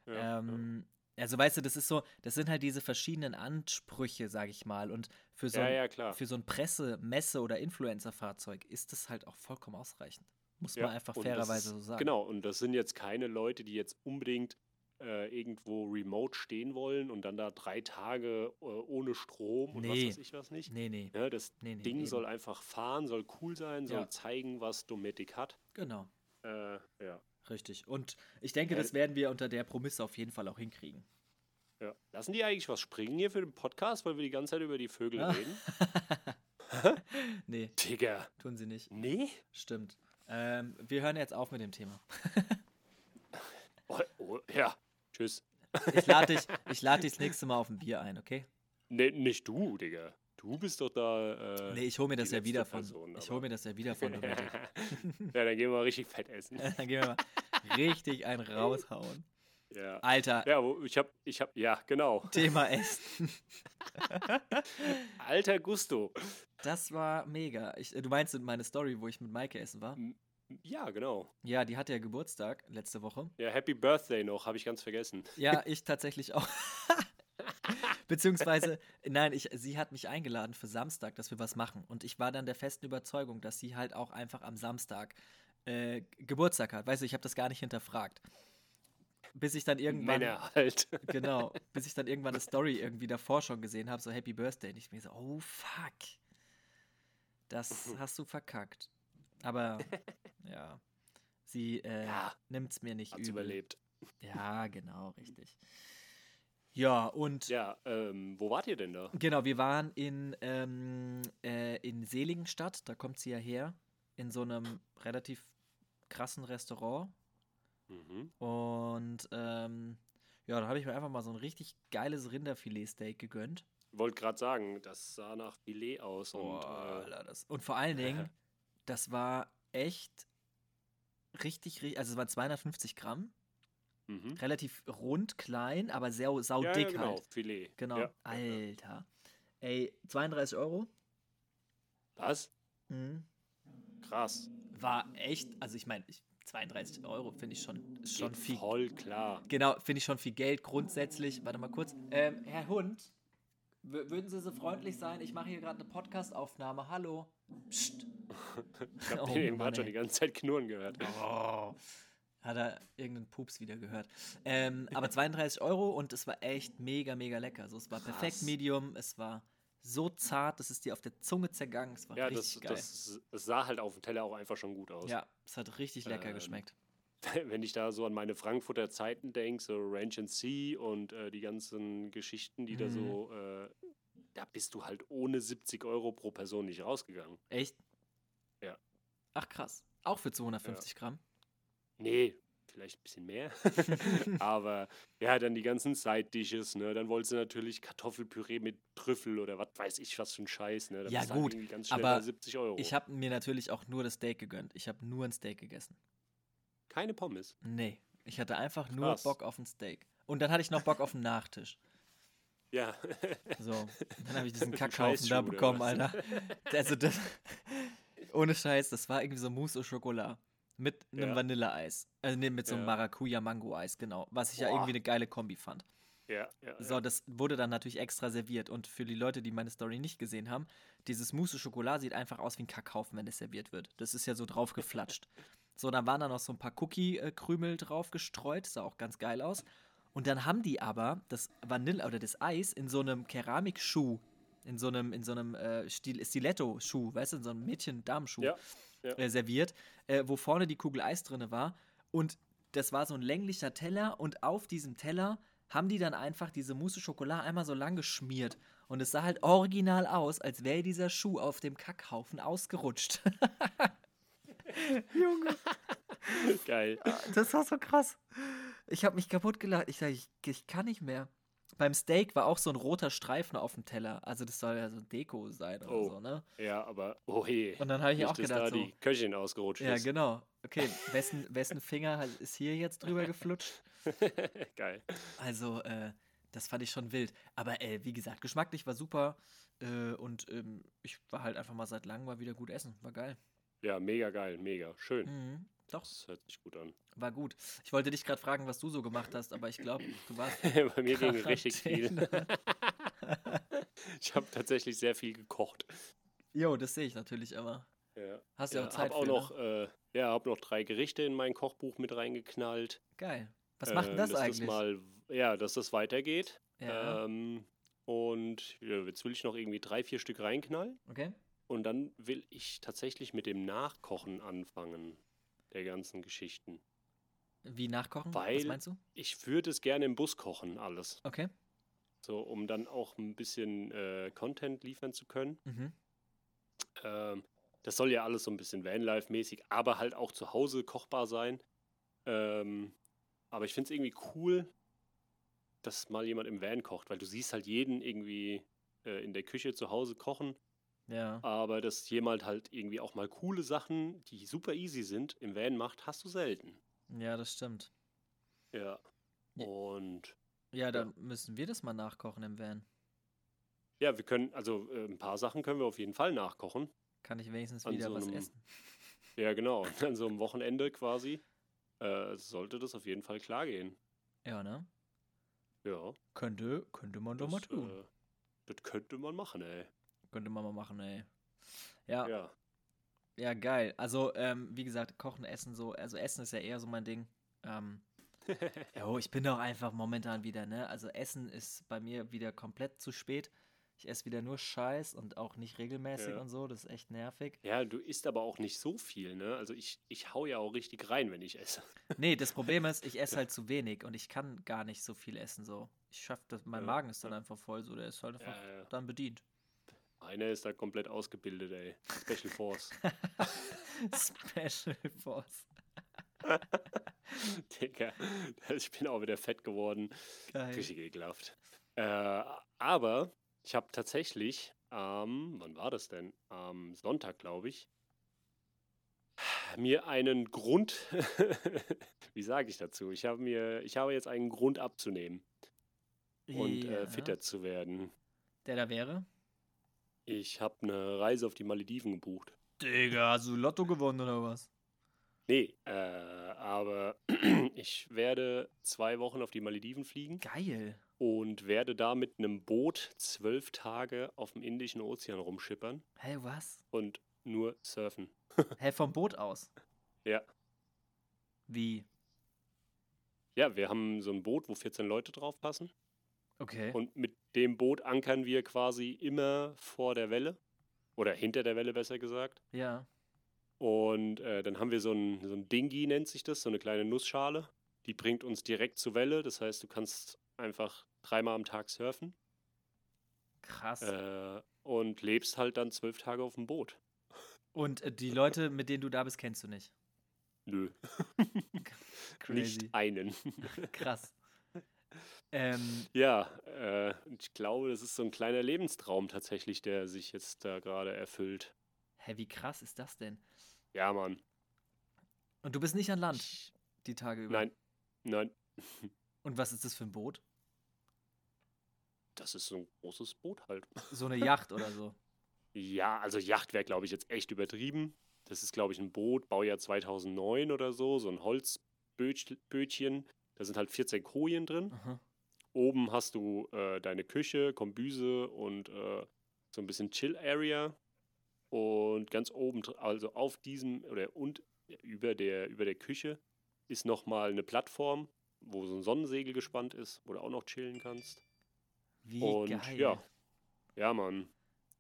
Speaker 1: Ja, ja.
Speaker 2: ähm, Also weißt du, das ist so, das sind halt diese verschiedenen Ansprüche, sage ich mal. Und für so,
Speaker 1: ja,
Speaker 2: ein,
Speaker 1: ja, klar.
Speaker 2: für so ein Presse-, Messe- oder Influencer-Fahrzeug ist das halt auch vollkommen ausreichend. Muss
Speaker 1: Ja,
Speaker 2: man einfach
Speaker 1: und das
Speaker 2: fairerweise
Speaker 1: ist-
Speaker 2: so sagen.
Speaker 1: Genau, und das sind jetzt keine Leute, die jetzt unbedingt äh, irgendwo remote stehen wollen und dann da drei Tage äh, ohne Strom und
Speaker 2: Nee.
Speaker 1: was weiß ich was nicht.
Speaker 2: Nee, nee,
Speaker 1: Ja, das
Speaker 2: nee, nee.
Speaker 1: Ding
Speaker 2: eben.
Speaker 1: soll einfach fahren, soll cool sein, soll
Speaker 2: Ja.
Speaker 1: zeigen, was Dometic hat.
Speaker 2: Genau,
Speaker 1: Äh, ja.
Speaker 2: richtig. Und ich denke,
Speaker 1: Ja.
Speaker 2: das werden wir unter der Promisse auf jeden Fall auch hinkriegen.
Speaker 1: ja. Lassen die eigentlich was springen hier für den Podcast, weil wir die ganze Zeit über die Vögel
Speaker 2: Ah.
Speaker 1: reden?
Speaker 2: Nee,
Speaker 1: Digga,
Speaker 2: tun sie nicht.
Speaker 1: nee?
Speaker 2: Stimmt. Ähm, wir hören jetzt auf mit dem Thema.
Speaker 1: Oh, oh, ja, tschüss.
Speaker 2: Ich lade dich, ich lade dich das nächste Mal auf ein Bier ein, okay?
Speaker 1: Nee, nicht du, Digga. Du bist doch da. Äh,
Speaker 2: Nee, ich hole mir
Speaker 1: die
Speaker 2: das ja
Speaker 1: letzte
Speaker 2: wieder von.
Speaker 1: Person,
Speaker 2: ich
Speaker 1: aber-
Speaker 2: hole mir das ja wieder von Dometic.
Speaker 1: ja, dann gehen wir mal richtig fett essen.
Speaker 2: Dann gehen wir mal richtig einen raushauen.
Speaker 1: Ja.
Speaker 2: Alter,
Speaker 1: Ja, wo, ich hab, ich hab, ja, genau.
Speaker 2: Thema Essen.
Speaker 1: Alter Gusto.
Speaker 2: Das war mega. Ich, äh, du meinst meine Story, wo ich mit Maike essen war?
Speaker 1: Ja, genau.
Speaker 2: Ja, die hatte ja Geburtstag letzte Woche.
Speaker 1: Ja, Happy Birthday noch, habe ich ganz vergessen.
Speaker 2: Ja, ich tatsächlich auch. Beziehungsweise, nein, ich, sie hat mich eingeladen für Samstag, dass wir was machen. Und ich war dann der festen Überzeugung, dass sie halt auch einfach am Samstag äh, Geburtstag hat. Weißt du, ich habe das gar nicht hinterfragt. Bis ich dann irgendwann.
Speaker 1: Männer halt.
Speaker 2: Genau, bis ich dann irgendwann eine Story irgendwie davor schon gesehen habe, so Happy Birthday. Und ich mir so, oh fuck. Das
Speaker 1: Mhm.
Speaker 2: hast du verkackt. Aber ja, sie äh,
Speaker 1: Ja.
Speaker 2: nimmt's mir nicht
Speaker 1: Hat's
Speaker 2: übel.
Speaker 1: überlebt.
Speaker 2: Ja, genau, richtig. Ja, und
Speaker 1: Ja, ähm, wo wart ihr denn da?
Speaker 2: genau, wir waren in, ähm, äh, in Seligenstadt, da kommt sie ja her, in so einem relativ krassen Restaurant.
Speaker 1: Mhm.
Speaker 2: Und ähm, ja, da habe ich mir einfach mal so ein richtig geiles Rinderfiletsteak gegönnt.
Speaker 1: Wollte gerade sagen, das sah nach Filet aus.
Speaker 2: Und,
Speaker 1: und, äh,
Speaker 2: Alter, das. und vor allen Dingen, das war echt richtig, ri- also es waren 250 Gramm,
Speaker 1: mhm.
Speaker 2: relativ rund, klein, aber sehr sau
Speaker 1: ja,
Speaker 2: dick
Speaker 1: ja, genau,
Speaker 2: halt.
Speaker 1: Filet.
Speaker 2: Genau.
Speaker 1: Ja.
Speaker 2: Alter. Ey, 32 Euro
Speaker 1: Was?
Speaker 2: mhm.
Speaker 1: Krass.
Speaker 2: war echt, also ich meine, ich, 32 Euro finde ich schon, ist schon
Speaker 1: Geht
Speaker 2: viel.
Speaker 1: Voll klar.
Speaker 2: Genau, finde ich schon viel Geld grundsätzlich. Warte mal kurz. Ähm, Herr Hund, wür- würden Sie so freundlich sein? Ich mache hier gerade eine Podcastaufnahme. Hallo. Psst.
Speaker 1: Ich habe
Speaker 2: Oh,
Speaker 1: den eben
Speaker 2: Mann,
Speaker 1: gerade schon
Speaker 2: ey.
Speaker 1: die ganze Zeit knurren gehört.
Speaker 2: Oh. Hat er irgendeinen Pups wieder gehört. Ähm, aber 32 Euro und es war echt mega, mega lecker. So, es war perfekt
Speaker 1: Krass.
Speaker 2: medium, es war so zart, es ist dir auf der Zunge zergangen. Es war
Speaker 1: Ja, das,
Speaker 2: richtig geil.
Speaker 1: das, das sah halt auf dem Teller auch einfach schon gut aus.
Speaker 2: ja, es hat richtig lecker
Speaker 1: Ähm,
Speaker 2: geschmeckt.
Speaker 1: wenn ich da so an meine Frankfurter Zeiten denke, so Ranch and Sea und äh, die ganzen Geschichten, die da
Speaker 2: Mhm.
Speaker 1: so, äh, da bist du halt ohne 70 Euro pro Person nicht rausgegangen.
Speaker 2: Echt?
Speaker 1: Ja.
Speaker 2: Ach krass. Auch für 250 Gramm.
Speaker 1: Nee, vielleicht ein bisschen mehr. Aber ja, dann die ganzen Side-Dishes, ne? Dann wolltest du natürlich Kartoffelpüree mit Trüffel oder was weiß ich, was für ein Scheiß, ne? Da
Speaker 2: Ja,
Speaker 1: bist du halt
Speaker 2: gut,
Speaker 1: irgendwie ganz schnell
Speaker 2: aber
Speaker 1: bei 70 Euro.
Speaker 2: Ich habe mir natürlich auch nur das Steak gegönnt. Ich habe nur ein Steak gegessen.
Speaker 1: Keine Pommes.
Speaker 2: Nee, ich hatte einfach nur
Speaker 1: Krass.
Speaker 2: Bock auf ein Steak. Und dann hatte ich noch Bock auf einen Nachtisch.
Speaker 1: Ja.
Speaker 2: So, dann habe ich diesen
Speaker 1: Mit dem
Speaker 2: Kackhaufen da
Speaker 1: Scheißschuh oder
Speaker 2: bekommen,
Speaker 1: was?
Speaker 2: Alter. Also das, ohne Scheiß, das war irgendwie so Mousse au Chocolat mit einem
Speaker 1: Ja.
Speaker 2: Vanilleeis. Also nee, mit so einem
Speaker 1: Ja.
Speaker 2: Maracuja-Mango-Eis, genau. Was ich ja
Speaker 1: Boah.
Speaker 2: irgendwie eine geile Kombi fand.
Speaker 1: ja, ja,
Speaker 2: So,
Speaker 1: ja.
Speaker 2: das wurde dann natürlich extra serviert. Und für die Leute, die meine Story nicht gesehen haben, dieses Mousse au Chocolat sieht einfach aus wie ein Kackhaufen, wenn es serviert wird. Das ist ja so drauf geflatscht. so, dann waren da noch so ein paar Cookie-Krümel drauf gestreut. Sah auch ganz geil aus. Und dann haben die aber das Vanille oder das Eis in so einem Keramikschuh, in so einem, in so einem äh, Stil Stiletto-Schuh, weißt du, in so einem Mädchen-Damenschuh
Speaker 1: Ja, ja.
Speaker 2: äh, serviert, äh, wo vorne die Kugel Eis drin war. Und das war so ein länglicher Teller und auf diesem Teller haben die dann einfach diese Mousse au Chocolat einmal so lang geschmiert. Und es sah halt original aus, als wäre dieser Schuh auf dem Kackhaufen ausgerutscht. Junge,
Speaker 1: Geil.
Speaker 2: das war so krass. Ich habe mich kaputt gelacht. Ich sage, ich, ich kann nicht mehr. Beim Steak war auch so ein roter Streifen auf dem Teller. Also das soll ja so Deko sein oder
Speaker 1: Oh.
Speaker 2: so, ne?
Speaker 1: Ja, aber oh hey.
Speaker 2: Und dann habe ich
Speaker 1: Nicht,
Speaker 2: auch
Speaker 1: dass
Speaker 2: gedacht,
Speaker 1: da
Speaker 2: so,
Speaker 1: die Köchin ausgerutscht
Speaker 2: ja
Speaker 1: ist.
Speaker 2: genau. Okay, wessen, wessen Finger hat- ist hier jetzt drüber geflutscht?
Speaker 1: Geil.
Speaker 2: Also, äh, das fand ich schon wild. Aber äh, wie gesagt, geschmacklich war super. Äh, und ähm, ich war halt einfach mal seit langem mal wieder gut essen. War geil.
Speaker 1: Ja, mega geil, mega. Schön.
Speaker 2: Mhm. Doch.
Speaker 1: Das hört sich gut an.
Speaker 2: War gut. Ich wollte dich gerade fragen, was du so gemacht hast, aber ich glaube, du warst.
Speaker 1: Bei mir ging richtig viel.
Speaker 2: Quarantäne.
Speaker 1: Ich habe tatsächlich sehr viel gekocht.
Speaker 2: Jo, das sehe ich natürlich immer.
Speaker 1: Ja.
Speaker 2: Hast ja,
Speaker 1: Ja,
Speaker 2: auch Zeit
Speaker 1: hab auch
Speaker 2: für,
Speaker 1: noch,
Speaker 2: Ne?
Speaker 1: äh, ja, hab noch drei Gerichte in mein Kochbuch mit reingeknallt.
Speaker 2: Geil. Was macht denn
Speaker 1: Ähm,
Speaker 2: das
Speaker 1: dass
Speaker 2: eigentlich?
Speaker 1: mal, ja, dass das weitergeht.
Speaker 2: ja,
Speaker 1: Ähm, und ja, jetzt will ich noch irgendwie drei, vier Stück reinknallen.
Speaker 2: okay.
Speaker 1: Und dann will ich tatsächlich mit dem Nachkochen anfangen der ganzen Geschichten.
Speaker 2: Wie nachkochen? Was
Speaker 1: weil-
Speaker 2: meinst du?
Speaker 1: Ich würde es gerne im Bus kochen, alles.
Speaker 2: Okay.
Speaker 1: So, um dann auch ein bisschen äh, Content liefern zu können.
Speaker 2: Mhm.
Speaker 1: Ähm, das soll ja alles so ein bisschen Vanlife-mäßig, aber halt auch zu Hause kochbar sein. Ähm, aber ich finde es irgendwie cool, dass mal jemand im Van kocht, weil du siehst halt jeden irgendwie äh, in der Küche zu Hause kochen,
Speaker 2: Ja.
Speaker 1: aber dass jemand halt irgendwie auch mal coole Sachen, die super easy sind, im Van macht, hast du selten.
Speaker 2: Ja, das stimmt.
Speaker 1: Ja.
Speaker 2: Ja.
Speaker 1: Und
Speaker 2: Ja, dann müssen wir das mal nachkochen im Van.
Speaker 1: ja, wir können, also äh, ein paar Sachen können wir auf jeden Fall nachkochen.
Speaker 2: Kann ich wenigstens
Speaker 1: An
Speaker 2: wieder
Speaker 1: so
Speaker 2: was
Speaker 1: einem-
Speaker 2: essen.
Speaker 1: Ja, genau. Und an so einem Wochenende quasi äh, sollte das auf jeden Fall klar gehen.
Speaker 2: Ja, ne?
Speaker 1: Ja.
Speaker 2: Könnte, könnte man doch mal
Speaker 1: Das,
Speaker 2: tun.
Speaker 1: äh, das könnte man machen, ey.
Speaker 2: Könnte man mal machen, ey.
Speaker 1: Ja.
Speaker 2: Ja, ja, geil. Also, ähm, wie gesagt, Kochen, Essen, so, also Essen ist ja eher so mein Ding. Ähm, jo, ich bin doch einfach momentan wieder, ne? Also Essen ist bei mir wieder komplett zu spät. Ich esse wieder nur Scheiß und auch nicht regelmäßig
Speaker 1: Ja.
Speaker 2: und so, das ist echt nervig.
Speaker 1: Ja, du isst aber auch nicht so viel, ne? Also ich, ich hau ja auch richtig rein, wenn ich esse.
Speaker 2: Nee, das Problem ist, ich esse halt zu wenig und ich kann gar nicht so viel essen, so. Ich schaff das, mein
Speaker 1: Ja,
Speaker 2: Magen ist dann
Speaker 1: ja.
Speaker 2: einfach voll, so, der ist halt einfach
Speaker 1: Ja, ja.
Speaker 2: dann bedient.
Speaker 1: Einer ist da komplett ausgebildet, ey. Special Force.
Speaker 2: Special Force.
Speaker 1: Digga. Ich bin auch wieder fett geworden.
Speaker 2: Geil.
Speaker 1: Richtig ekelhaft. Äh, aber ich habe tatsächlich am, wann war das denn? Am Sonntag, glaube ich, mir einen Grund, wie sage ich dazu? Ich habe mir, ich habe jetzt einen Grund abzunehmen und
Speaker 2: Ja.
Speaker 1: äh, fitter zu werden.
Speaker 2: Der da wäre?
Speaker 1: Ich habe eine Reise auf die Malediven gebucht.
Speaker 2: Digga, hast du Lotto gewonnen oder was?
Speaker 1: Nee, äh, aber ich werde zwei Wochen auf die Malediven fliegen
Speaker 2: Geil.
Speaker 1: und werde da mit einem Boot zwölf Tage auf dem Indischen Ozean rumschippern.
Speaker 2: Hä, was?
Speaker 1: und nur surfen.
Speaker 2: Hä, vom Boot aus?
Speaker 1: Ja.
Speaker 2: Wie?
Speaker 1: Ja, wir haben so ein Boot, wo 14 Leute draufpassen.
Speaker 2: Okay.
Speaker 1: Und mit dem Boot ankern wir quasi immer vor der Welle. Oder hinter der Welle, besser gesagt.
Speaker 2: ja.
Speaker 1: Und äh, dann haben wir so ein, so ein Dingi, nennt sich das, so eine kleine Nussschale. Die bringt uns direkt zur Welle. Das heißt, du kannst einfach dreimal am Tag surfen.
Speaker 2: Krass.
Speaker 1: Äh, und lebst halt dann zwölf Tage auf dem Boot.
Speaker 2: Und äh, die Leute, mit denen du da bist, kennst du nicht.
Speaker 1: Nö,
Speaker 2: Crazy.
Speaker 1: nicht einen.
Speaker 2: Krass. Ähm,
Speaker 1: Ja, äh, und ich glaube, das ist so ein kleiner Lebenstraum tatsächlich, der sich jetzt da gerade erfüllt.
Speaker 2: hä, wie krass ist das denn?
Speaker 1: Ja, Mann.
Speaker 2: Und du bist nicht an Land
Speaker 1: Ich,
Speaker 2: die Tage über.
Speaker 1: nein, nein,
Speaker 2: Und was ist das für ein Boot?
Speaker 1: das ist so ein großes Boot halt.
Speaker 2: So eine Yacht oder so.
Speaker 1: Ja, also Yacht wäre, glaube ich, jetzt echt übertrieben. Das ist, glaube ich, ein Boot, Baujahr 2009 oder so, so ein Holzbötchen. Da sind halt 14 Kojen drin.
Speaker 2: Aha.
Speaker 1: Oben hast du äh, deine Küche, Kombüse und äh, so ein bisschen Chill-Area. Und ganz oben, dr- also auf diesem oder und über der, über der Küche ist nochmal eine Plattform, wo so ein Sonnensegel gespannt ist, wo du auch noch chillen kannst.
Speaker 2: Wie
Speaker 1: und
Speaker 2: geil.
Speaker 1: ja. Ja, Mann.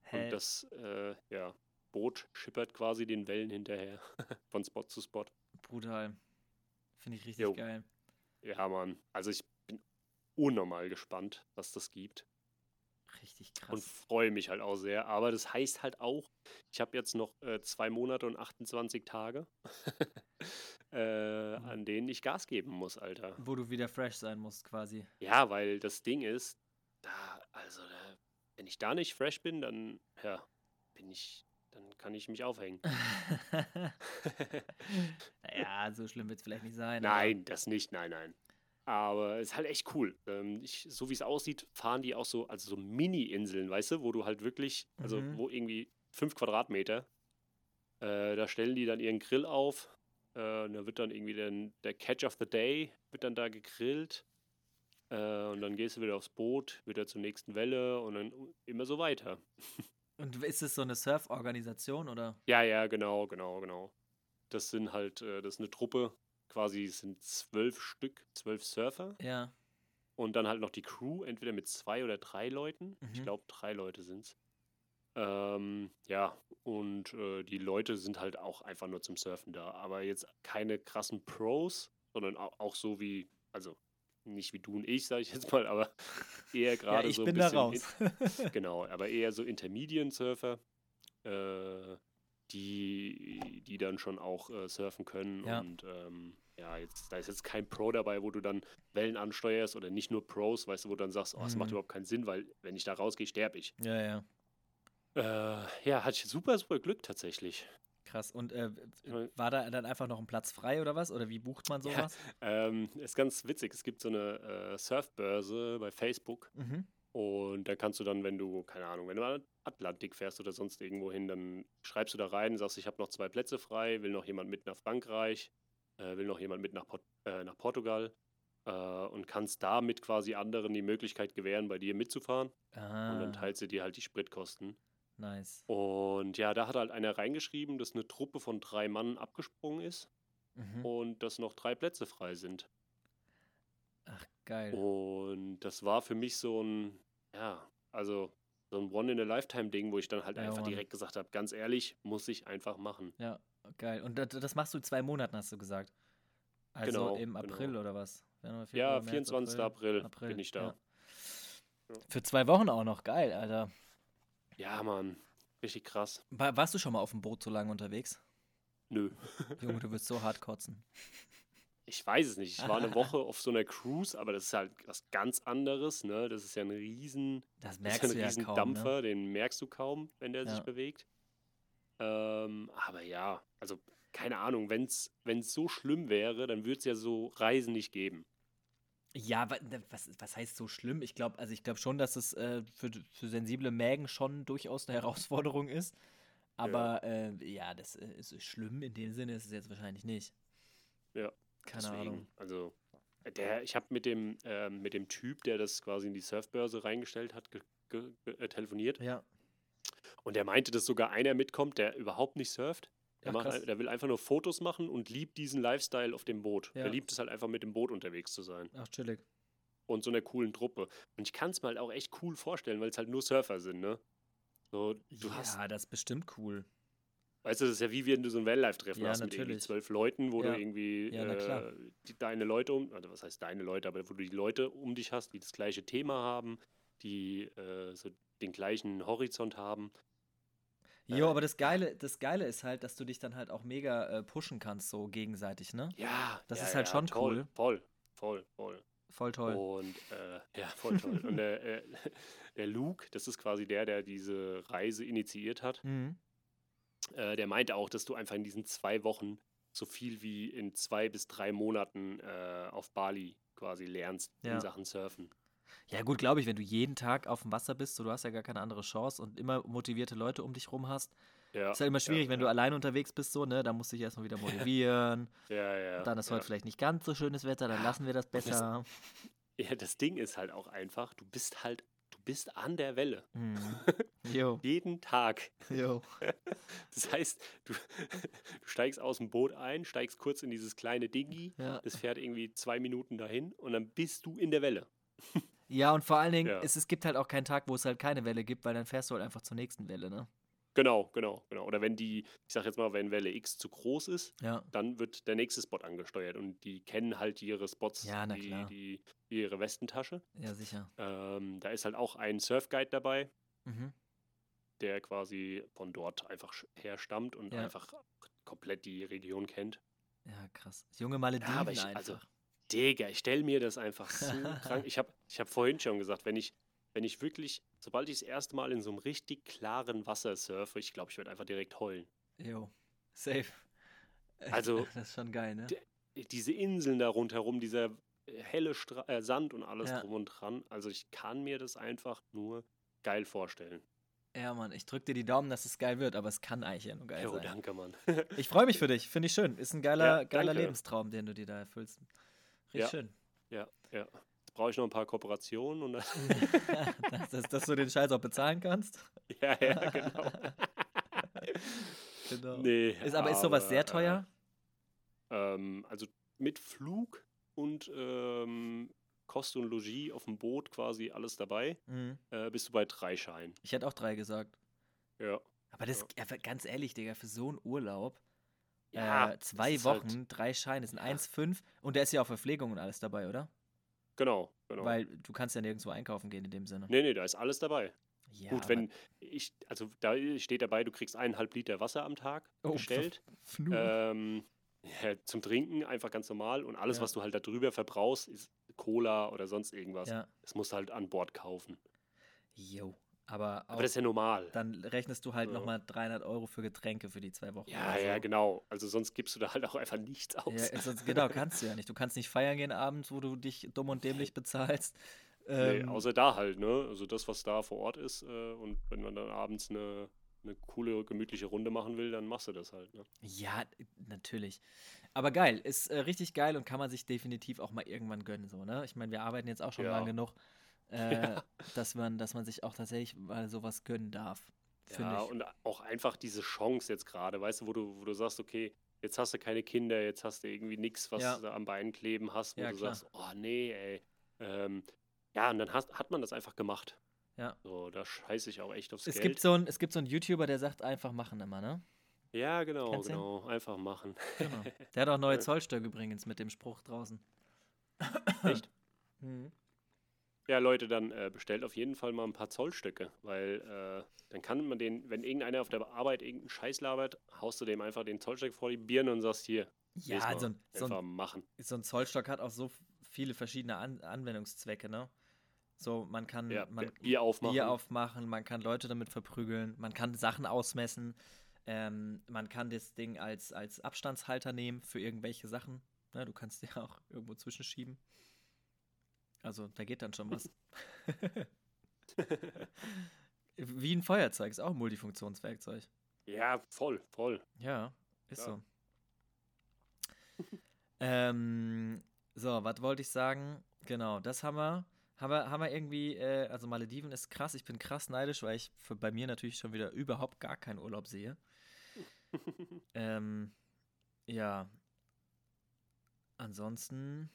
Speaker 2: Hä,
Speaker 1: Und das, äh, ja, Boot schippert quasi den Wellen hinterher. Von Spot zu Spot.
Speaker 2: brutal. Finde ich richtig
Speaker 1: Jo.
Speaker 2: geil.
Speaker 1: Ja, Mann. Also ich bin unnormal gespannt, was das gibt.
Speaker 2: Richtig
Speaker 1: und
Speaker 2: krass.
Speaker 1: freue mich halt auch sehr. Aber das heißt halt auch, ich habe jetzt noch äh, zwei Monate und 28 Tage, äh, an denen ich Gas geben muss, Alter.
Speaker 2: Wo du wieder fresh sein musst, quasi.
Speaker 1: Ja, weil das Ding ist, da, also, da, wenn ich da nicht fresh bin, dann, ja, bin ich, dann kann ich mich aufhängen.
Speaker 2: naja, so schlimm wird es vielleicht nicht sein. aber-
Speaker 1: Nein, das nicht, nein, nein. Aber ist halt echt cool. Ähm, ich, so wie es aussieht, fahren die auch so, also so Mini-Inseln, weißt du, wo du halt wirklich, also
Speaker 2: Mhm.
Speaker 1: wo irgendwie fünf Quadratmeter, äh, da stellen die dann ihren Grill auf Äh, und da wird dann irgendwie den, der Catch of the Day wird dann da gegrillt. Äh, und dann gehst du wieder aufs Boot, wieder zur nächsten Welle und dann immer so weiter.
Speaker 2: Und ist es so eine Surf-Organisation oder?
Speaker 1: Ja, ja, genau, genau, genau. Das sind halt, äh, das ist eine Truppe, quasi es sind zwölf Stück, zwölf Surfer
Speaker 2: Ja.
Speaker 1: und dann halt noch die Crew, entweder mit zwei oder drei Leuten. Ich
Speaker 2: Mhm.
Speaker 1: glaube, drei Leute sind's. Ähm, ja, und äh, die Leute sind halt auch einfach nur zum Surfen da. Aber jetzt keine krassen Pros, sondern auch, auch so wie, also nicht wie du und ich, sage ich jetzt mal, aber eher
Speaker 2: Ja,
Speaker 1: gerade
Speaker 2: ich
Speaker 1: so ein
Speaker 2: bin da
Speaker 1: bisschen
Speaker 2: raus.
Speaker 1: Genau, aber eher so Intermediate-Surfer, äh, die, die dann schon auch äh, surfen können.
Speaker 2: Ja.
Speaker 1: Und ähm, ja, jetzt, da ist jetzt kein Pro dabei, wo du dann Wellen ansteuerst oder nicht nur Pros, weißt du, wo du dann sagst, oh, das macht
Speaker 2: Mhm.
Speaker 1: überhaupt keinen Sinn, weil wenn ich da rausgehe, sterbe ich.
Speaker 2: ja, ja.
Speaker 1: Äh, ja, hatte ich super, super Glück tatsächlich.
Speaker 2: Krass. Und äh,
Speaker 1: Ich mein-
Speaker 2: war da dann einfach noch ein Platz frei oder was? Oder wie bucht man
Speaker 1: Ja.
Speaker 2: sowas?
Speaker 1: Ähm, ist ganz witzig, es gibt so eine äh, Surfbörse bei Facebook.
Speaker 2: Mhm.
Speaker 1: Und da kannst du dann, wenn du, keine Ahnung, wenn du an den Atlantik fährst oder sonst irgendwo hin, dann schreibst du da rein, sagst, ich habe noch zwei Plätze frei, will noch jemand mit nach Frankreich, äh, will noch jemand mit nach, Port äh, nach Portugal äh, und kannst damit quasi anderen die Möglichkeit gewähren, bei dir mitzufahren.
Speaker 2: Ah,
Speaker 1: Und dann Oh. teilst du dir halt die Spritkosten.
Speaker 2: nice.
Speaker 1: Und ja, da hat halt einer reingeschrieben, dass eine Truppe von drei Mann abgesprungen ist
Speaker 2: Mhm.
Speaker 1: und dass noch drei Plätze frei sind.
Speaker 2: Ach, geil.
Speaker 1: Oh. Und das war für mich so ein, ja, also so ein One-in-a-Lifetime-Ding, wo ich dann halt
Speaker 2: Ja,
Speaker 1: einfach
Speaker 2: Mann.
Speaker 1: direkt gesagt habe, ganz ehrlich, muss ich einfach machen.
Speaker 2: Ja, geil. Und das, das machst du in zwei Monaten, hast du gesagt. Also
Speaker 1: Genau,
Speaker 2: im
Speaker 1: genau.
Speaker 2: April oder was? Januar,
Speaker 1: Ja,
Speaker 2: Februar, März,
Speaker 1: 24. April,
Speaker 2: April,
Speaker 1: bin ich da.
Speaker 2: ja.
Speaker 1: Ja.
Speaker 2: Für zwei Wochen auch noch, geil, Alter.
Speaker 1: Ja, Mann, richtig krass.
Speaker 2: Wa- Warst du schon mal auf dem Boot so lange unterwegs?
Speaker 1: Nö,
Speaker 2: Junge, du wirst so hart kotzen.
Speaker 1: ich weiß es nicht. Ich war eine Woche auf so einer Cruise, aber das ist halt was ganz anderes, ne? Das ist ja ein riesen,
Speaker 2: Das
Speaker 1: das ist
Speaker 2: merkst
Speaker 1: ja ein
Speaker 2: du ja
Speaker 1: riesen
Speaker 2: kaum.
Speaker 1: Dampfer,
Speaker 2: Ne?
Speaker 1: den merkst du kaum, wenn der sich
Speaker 2: Ja.
Speaker 1: bewegt. Ähm, aber ja, also keine Ahnung, wenn es so schlimm wäre, dann würde es ja so Reisen nicht geben.
Speaker 2: Ja, wa- ne, was, was heißt so schlimm? Ich glaube, also ich glaube schon, dass es äh, für, für sensible Mägen schon durchaus eine Herausforderung ist. Aber ja, äh, ja das äh, ist schlimm in dem Sinne ist es jetzt wahrscheinlich nicht.
Speaker 1: Ja,
Speaker 2: Keine
Speaker 1: Deswegen,
Speaker 2: Ahnung.
Speaker 1: Also, der, ich habe mit dem, ähm, mit dem Typ, der das quasi in die Surfbörse reingestellt hat, ge ge ge- äh, telefoniert.
Speaker 2: Ja.
Speaker 1: Und der meinte, dass sogar einer mitkommt, der überhaupt nicht surft. Der,
Speaker 2: Ach,
Speaker 1: macht,
Speaker 2: krass.
Speaker 1: ein- der will einfach nur Fotos machen und liebt diesen Lifestyle auf dem Boot.
Speaker 2: Ja.
Speaker 1: Er liebt es halt einfach mit dem Boot unterwegs zu sein.
Speaker 2: Ach, chillig.
Speaker 1: Und so einer coolen Truppe. Und ich kann es mir halt auch echt cool vorstellen, weil es halt nur Surfer sind, ne? So, du
Speaker 2: ja,
Speaker 1: hast,
Speaker 2: das ist bestimmt cool.
Speaker 1: weißt du, das ist ja wie wenn du so ein Vanlife-Treffen
Speaker 2: Ja,
Speaker 1: hast mit irgendwie
Speaker 2: natürlich.
Speaker 1: zwölf Leuten, wo
Speaker 2: Ja.
Speaker 1: du irgendwie
Speaker 2: Ja, na klar.
Speaker 1: äh, die, deine Leute um, also was heißt deine Leute, aber wo du die Leute um dich hast, die das gleiche Thema haben, die äh, so den gleichen Horizont haben.
Speaker 2: Jo,
Speaker 1: Äh,
Speaker 2: aber das Geile, das Geile ist halt, dass du dich dann halt auch mega äh, pushen kannst, so gegenseitig, ne?
Speaker 1: Ja,
Speaker 2: Das
Speaker 1: ja,
Speaker 2: ist halt
Speaker 1: ja,
Speaker 2: schon
Speaker 1: toll,
Speaker 2: cool.
Speaker 1: Voll, voll, voll.
Speaker 2: Voll toll.
Speaker 1: Und äh, ja, voll toll. Und der, äh, der Luke, das ist quasi der, der diese Reise initiiert hat.
Speaker 2: Mhm.
Speaker 1: äh, der meinte auch, dass du einfach in diesen zwei Wochen so viel wie in zwei bis drei Monaten äh, auf Bali quasi lernst
Speaker 2: Ja.
Speaker 1: in Sachen Surfen.
Speaker 2: Ja, gut, glaube ich, wenn du jeden Tag auf dem Wasser bist, so du hast ja gar keine andere Chance und immer motivierte Leute um dich rum hast.
Speaker 1: Ja,
Speaker 2: ist halt ja immer schwierig,
Speaker 1: ja,
Speaker 2: wenn du allein unterwegs bist, so, ne? Da musst du dich erstmal wieder motivieren.
Speaker 1: ja, ja,
Speaker 2: dann ist
Speaker 1: ja.
Speaker 2: heute vielleicht nicht ganz so schönes Wetter, dann lassen wir das besser.
Speaker 1: ja, das Ding ist halt auch einfach, du bist halt, du bist an der Welle.
Speaker 2: Mhm. Jo,
Speaker 1: Jeden Tag.
Speaker 2: jo.
Speaker 1: Das heißt, du, du steigst aus dem Boot ein, steigst kurz in dieses kleine Dingi,
Speaker 2: Ja.
Speaker 1: das fährt irgendwie zwei Minuten dahin und dann bist du in der Welle.
Speaker 2: ja, und vor allen Dingen,
Speaker 1: Ja.
Speaker 2: es, es gibt halt auch keinen Tag, wo es halt keine Welle gibt, weil dann fährst du halt einfach zur nächsten Welle, ne?
Speaker 1: Genau, genau, genau. Oder wenn die, ich sag jetzt mal, wenn Welle X zu groß ist,
Speaker 2: Ja.
Speaker 1: dann wird der nächste Spot angesteuert und die kennen halt ihre Spots,
Speaker 2: Ja, na
Speaker 1: die,
Speaker 2: klar.
Speaker 1: die wie ihre Westentasche.
Speaker 2: Ja, sicher.
Speaker 1: Ähm, da ist halt auch ein Surfguide dabei,
Speaker 2: Mhm.
Speaker 1: der quasi von dort einfach sch- herstammt und
Speaker 2: Ja.
Speaker 1: einfach komplett die Region kennt.
Speaker 2: Ja, krass. Junge Malediven
Speaker 1: Ja, aber ich-
Speaker 2: einfach.
Speaker 1: also- Digga, ich stelle mir das einfach so krank. Ich habe ich hab vorhin schon gesagt, wenn ich, wenn ich wirklich, sobald ich das erste Mal in so einem richtig klaren Wasser surfe, ich glaube, ich werde einfach direkt heulen.
Speaker 2: Jo, safe. Äh,
Speaker 1: Also,
Speaker 2: Das ist schon geil, ne?
Speaker 1: d- diese Inseln da rundherum, dieser äh, helle Stra äh, Sand und alles
Speaker 2: Ja.
Speaker 1: drum und dran. Also ich kann mir das einfach nur geil vorstellen.
Speaker 2: Ja, Mann, ich drück dir die Daumen, dass es geil wird, aber es kann eigentlich ja nur geil
Speaker 1: Jo,
Speaker 2: sein.
Speaker 1: danke, Mann.
Speaker 2: Ich freue mich für dich, finde ich schön. Ist ein geiler,
Speaker 1: Ja,
Speaker 2: geiler
Speaker 1: danke.
Speaker 2: Lebenstraum, den du dir da erfüllst. Richtig
Speaker 1: Ja.
Speaker 2: schön.
Speaker 1: ja, ja. Jetzt brauche ich noch ein paar Kooperationen und dann,
Speaker 2: dass, dass, dass du den Scheiß auch bezahlen kannst.
Speaker 1: Ja, ja, genau.
Speaker 2: Genau.
Speaker 1: Nee,
Speaker 2: Ist, aber ist sowas sehr
Speaker 1: aber,
Speaker 2: teuer?
Speaker 1: Äh, ähm, also mit Flug und ähm, Kost und Logis auf dem Boot quasi alles dabei,
Speaker 2: Mhm.
Speaker 1: äh, bist du bei drei Scheinen.
Speaker 2: Ich hätte auch drei gesagt.
Speaker 1: Ja.
Speaker 2: Aber das, aber ganz ehrlich, Digga, für so einen Urlaub, äh,
Speaker 1: Ja, das
Speaker 2: zwei
Speaker 1: ist halt-
Speaker 2: Wochen, drei Scheine, sind
Speaker 1: Ja.
Speaker 2: 1,5 und da ist ja auch Verpflegung und alles dabei, oder?
Speaker 1: Genau, genau.
Speaker 2: Weil du kannst ja nirgendwo einkaufen gehen in dem Sinne.
Speaker 1: nee, nee, da ist alles dabei.
Speaker 2: Ja,
Speaker 1: Gut, wenn ich, also da steht dabei, du kriegst eineinhalb Liter Wasser am Tag
Speaker 2: Oh,
Speaker 1: gestellt.
Speaker 2: Fnu.
Speaker 1: Ähm, ja, zum Trinken einfach ganz normal und alles,
Speaker 2: Ja.
Speaker 1: was du halt darüber verbrauchst, ist Cola oder sonst irgendwas.
Speaker 2: ja.
Speaker 1: Das musst du halt an Bord kaufen.
Speaker 2: Jo. Aber, auch,
Speaker 1: Aber das ist ja normal.
Speaker 2: dann rechnest du halt
Speaker 1: Ja.
Speaker 2: nochmal 300 Euro für Getränke für die zwei Wochen.
Speaker 1: Ja,
Speaker 2: oder so.
Speaker 1: ja, genau. Also sonst gibst du da halt auch einfach nichts aus.
Speaker 2: Ja, sonst, genau, kannst du ja nicht. Du kannst nicht feiern gehen abends, wo du dich dumm und dämlich bezahlst. Ähm,
Speaker 1: nee, außer da halt, ne? Also das, was da vor Ort ist. Äh, und wenn man dann abends eine, eine coole, gemütliche Runde machen will, dann machst du das halt. Ne?
Speaker 2: Ja, natürlich. Aber geil, ist äh, richtig geil und kann man sich definitiv auch mal irgendwann gönnen, so, ne? Ich meine, wir arbeiten jetzt auch schon
Speaker 1: Ja.
Speaker 2: lange genug, äh,
Speaker 1: Ja.
Speaker 2: dass, man, dass man sich auch tatsächlich mal sowas gönnen darf. Finde
Speaker 1: Ja,
Speaker 2: ich.
Speaker 1: und auch einfach diese Chance jetzt gerade, weißt du, wo du, wo du sagst, okay, jetzt hast du keine Kinder, jetzt hast du irgendwie nichts, was
Speaker 2: Ja.
Speaker 1: du am Bein kleben hast, wo
Speaker 2: Ja,
Speaker 1: du
Speaker 2: klar.
Speaker 1: sagst, oh nee, ey. Ähm, ja, und dann hast, hat man das einfach gemacht.
Speaker 2: Ja.
Speaker 1: So, da scheiße ich auch echt aufs
Speaker 2: Es
Speaker 1: Geld.
Speaker 2: gibt, so ein, es gibt so einen YouTuber, der sagt, einfach machen immer, ne?
Speaker 1: ja, genau,
Speaker 2: Kennst du ihn?
Speaker 1: genau. Einfach machen.
Speaker 2: Genau. Der hat auch neue
Speaker 1: Ja.
Speaker 2: Zollstöcke übrigens mit dem Spruch draußen.
Speaker 1: Echt? Mhm.
Speaker 2: Hm.
Speaker 1: Ja, Leute, dann äh, bestellt auf jeden Fall mal ein paar Zollstöcke, weil äh, dann kann man den, wenn irgendeiner auf der Arbeit irgendeinen Scheiß labert, haust du dem einfach den Zollstock vor die Birne und sagst, hier, lies
Speaker 2: Ja,
Speaker 1: mal,
Speaker 2: so ein, so ein
Speaker 1: einfach machen.
Speaker 2: so ein Zollstock hat auch so f- viele verschiedene An Anwendungszwecke, ne? So, man kann
Speaker 1: Ja,
Speaker 2: Hm, man
Speaker 1: Bier aufmachen.
Speaker 2: Bier aufmachen, man kann Leute damit verprügeln, man kann Sachen ausmessen, ähm, man kann das Ding als, als Abstandshalter nehmen für irgendwelche Sachen. Ne? Du kannst ja auch irgendwo zwischenschieben. Also, da geht dann schon was. Wie ein Feuerzeug, ist auch ein Multifunktionswerkzeug.
Speaker 1: Ja, voll, voll.
Speaker 2: Ja, ist
Speaker 1: Klar.
Speaker 2: so. ähm, so, was wollte ich sagen? Genau, das haben wir. Haben wir, haben wir irgendwie, äh, also Malediven ist krass, ich bin krass neidisch, weil ich für, bei mir natürlich schon wieder überhaupt gar keinen Urlaub sehe. ähm, ja. Ansonsten,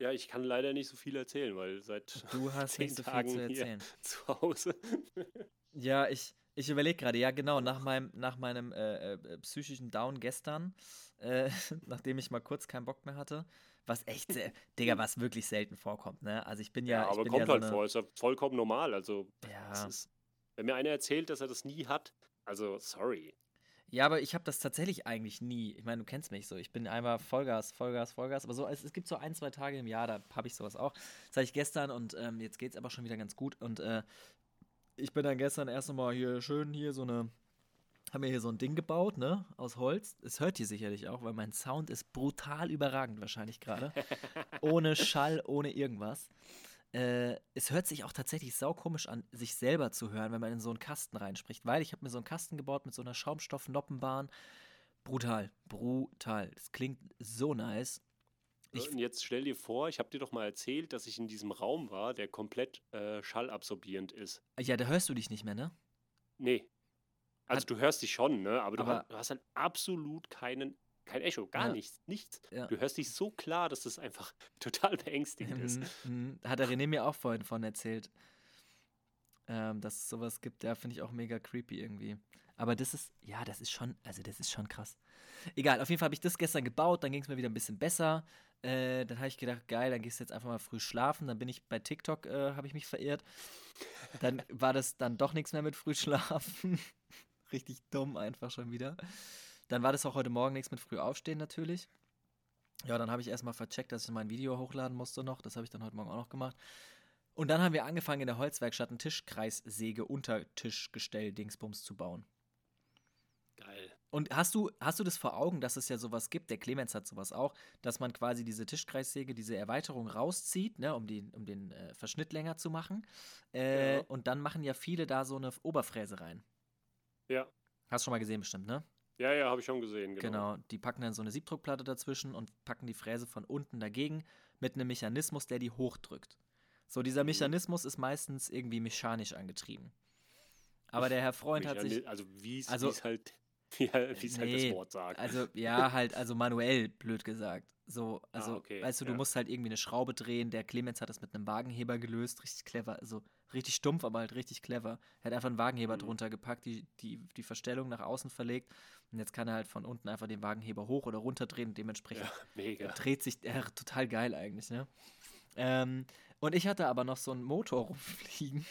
Speaker 1: Ja, ich kann leider nicht so viel erzählen, weil seit
Speaker 2: du hast
Speaker 1: Zehn
Speaker 2: nicht so viel
Speaker 1: Tagen
Speaker 2: zu
Speaker 1: hier.
Speaker 2: erzählen.
Speaker 1: zu Hause.
Speaker 2: Ja, ich, ich überlege gerade, ja genau, nach meinem, nach meinem äh, äh, psychischen Down gestern, äh, nachdem ich mal kurz keinen Bock mehr hatte, was echt, sehr, Digga, was wirklich selten vorkommt, ne? Also ich bin ja,
Speaker 1: Ja,
Speaker 2: ich
Speaker 1: aber
Speaker 2: bin
Speaker 1: kommt
Speaker 2: ja so
Speaker 1: halt
Speaker 2: eine,
Speaker 1: vor, ist ja vollkommen normal. Also, das
Speaker 2: Ja.
Speaker 1: ist, wenn mir einer erzählt, dass er das nie hat, also sorry.
Speaker 2: ja, aber ich habe das tatsächlich eigentlich nie, ich meine, du kennst mich so, ich bin einmal Vollgas, Vollgas, Vollgas, aber so, es, es gibt so ein, zwei Tage im Jahr, da habe ich sowas auch, das hatte ich gestern und ähm, jetzt geht's aber schon wieder ganz gut und äh, ich bin dann gestern erst noch mal hier schön hier so eine haben wir hier so ein Ding gebaut, ne, aus Holz. Es hört ihr sicherlich auch, weil mein Sound ist brutal überragend wahrscheinlich gerade. ohne Schall, ohne irgendwas. Äh, es hört sich auch tatsächlich saukomisch an, sich selber zu hören, wenn man in so einen Kasten reinspricht, weil ich habe mir so einen Kasten gebaut mit so einer Schaumstoff-Noppenbahn. Brutal, brutal. Das klingt so nice. Ich-
Speaker 1: Und jetzt stell dir vor, ich habe dir doch mal erzählt, dass ich in diesem Raum war, der komplett äh, schallabsorbierend ist.
Speaker 2: Ja, da hörst du dich nicht mehr, ne?
Speaker 1: Nee. Also
Speaker 2: Hat-
Speaker 1: du hörst dich schon, ne? Aber du,
Speaker 2: Aber-
Speaker 1: hast, du hast halt absolut keinen, kein Echo, gar
Speaker 2: Ja.
Speaker 1: nichts, nichts.
Speaker 2: Ja.
Speaker 1: Du hörst dich so klar, dass das einfach total beängstigend ist.
Speaker 2: Mhm, mhm. Hat der René mir auch vorhin von erzählt, ähm, dass es sowas gibt. Ja, finde ich auch mega creepy irgendwie. Aber das ist, ja, das ist schon, also das ist schon krass. Egal, auf jeden Fall habe ich das gestern gebaut, dann ging es mir wieder ein bisschen besser. Äh, dann habe ich gedacht, geil, dann gehst du jetzt einfach mal früh schlafen. Dann bin ich bei TikTok, äh, habe ich mich verirrt. Dann war das dann doch nichts mehr mit früh schlafen. Richtig dumm einfach schon wieder. Dann war das auch heute Morgen nichts mit früh aufstehen natürlich. Ja, dann habe ich erstmal vercheckt, dass ich mein Video hochladen musste noch. Das habe ich dann heute Morgen auch noch gemacht. Und dann haben wir angefangen, in der Holzwerkstatt einen Tischkreissäge unter Tischgestell Dingsbums zu bauen.
Speaker 1: Geil.
Speaker 2: Und hast du, hast du das vor Augen, dass es ja sowas gibt, der Clemens hat sowas auch, dass man quasi diese Tischkreissäge, diese Erweiterung rauszieht, ne, um, die, um den äh, Verschnitt länger zu machen. Äh,
Speaker 1: Ja.
Speaker 2: Und dann machen ja viele da so eine Oberfräse rein.
Speaker 1: Ja.
Speaker 2: Hast schon mal gesehen bestimmt, ne?
Speaker 1: Ja, ja, habe ich schon gesehen, genau.
Speaker 2: Genau. Die packen dann so eine Siebdruckplatte dazwischen und packen die Fräse von unten dagegen mit einem Mechanismus, der die hochdrückt. So, dieser
Speaker 1: Mhm.
Speaker 2: Mechanismus ist meistens irgendwie mechanisch angetrieben. Aber der Herr Freund hat sich.
Speaker 1: Mechani- also wie
Speaker 2: also-
Speaker 1: also, es halt, wie halt
Speaker 2: Nee,
Speaker 1: das Wort sagt.
Speaker 2: Also, ja, halt, also manuell, blöd gesagt. So, also,
Speaker 1: Ah, okay,
Speaker 2: weißt du, du
Speaker 1: ja.
Speaker 2: musst halt irgendwie eine Schraube drehen. Der Clemens hat das mit einem Wagenheber gelöst, richtig clever. Also, richtig stumpf, aber halt richtig clever. Er hat einfach einen Wagenheber
Speaker 1: Mhm.
Speaker 2: drunter gepackt, die, die, die Verstellung nach außen verlegt. Und jetzt kann er halt von unten einfach den Wagenheber hoch oder runter drehen und dementsprechend
Speaker 1: ja, mega.
Speaker 2: dreht sich äh, total geil eigentlich, ne? Ähm, und ich hatte aber noch so einen Motor rumfliegen.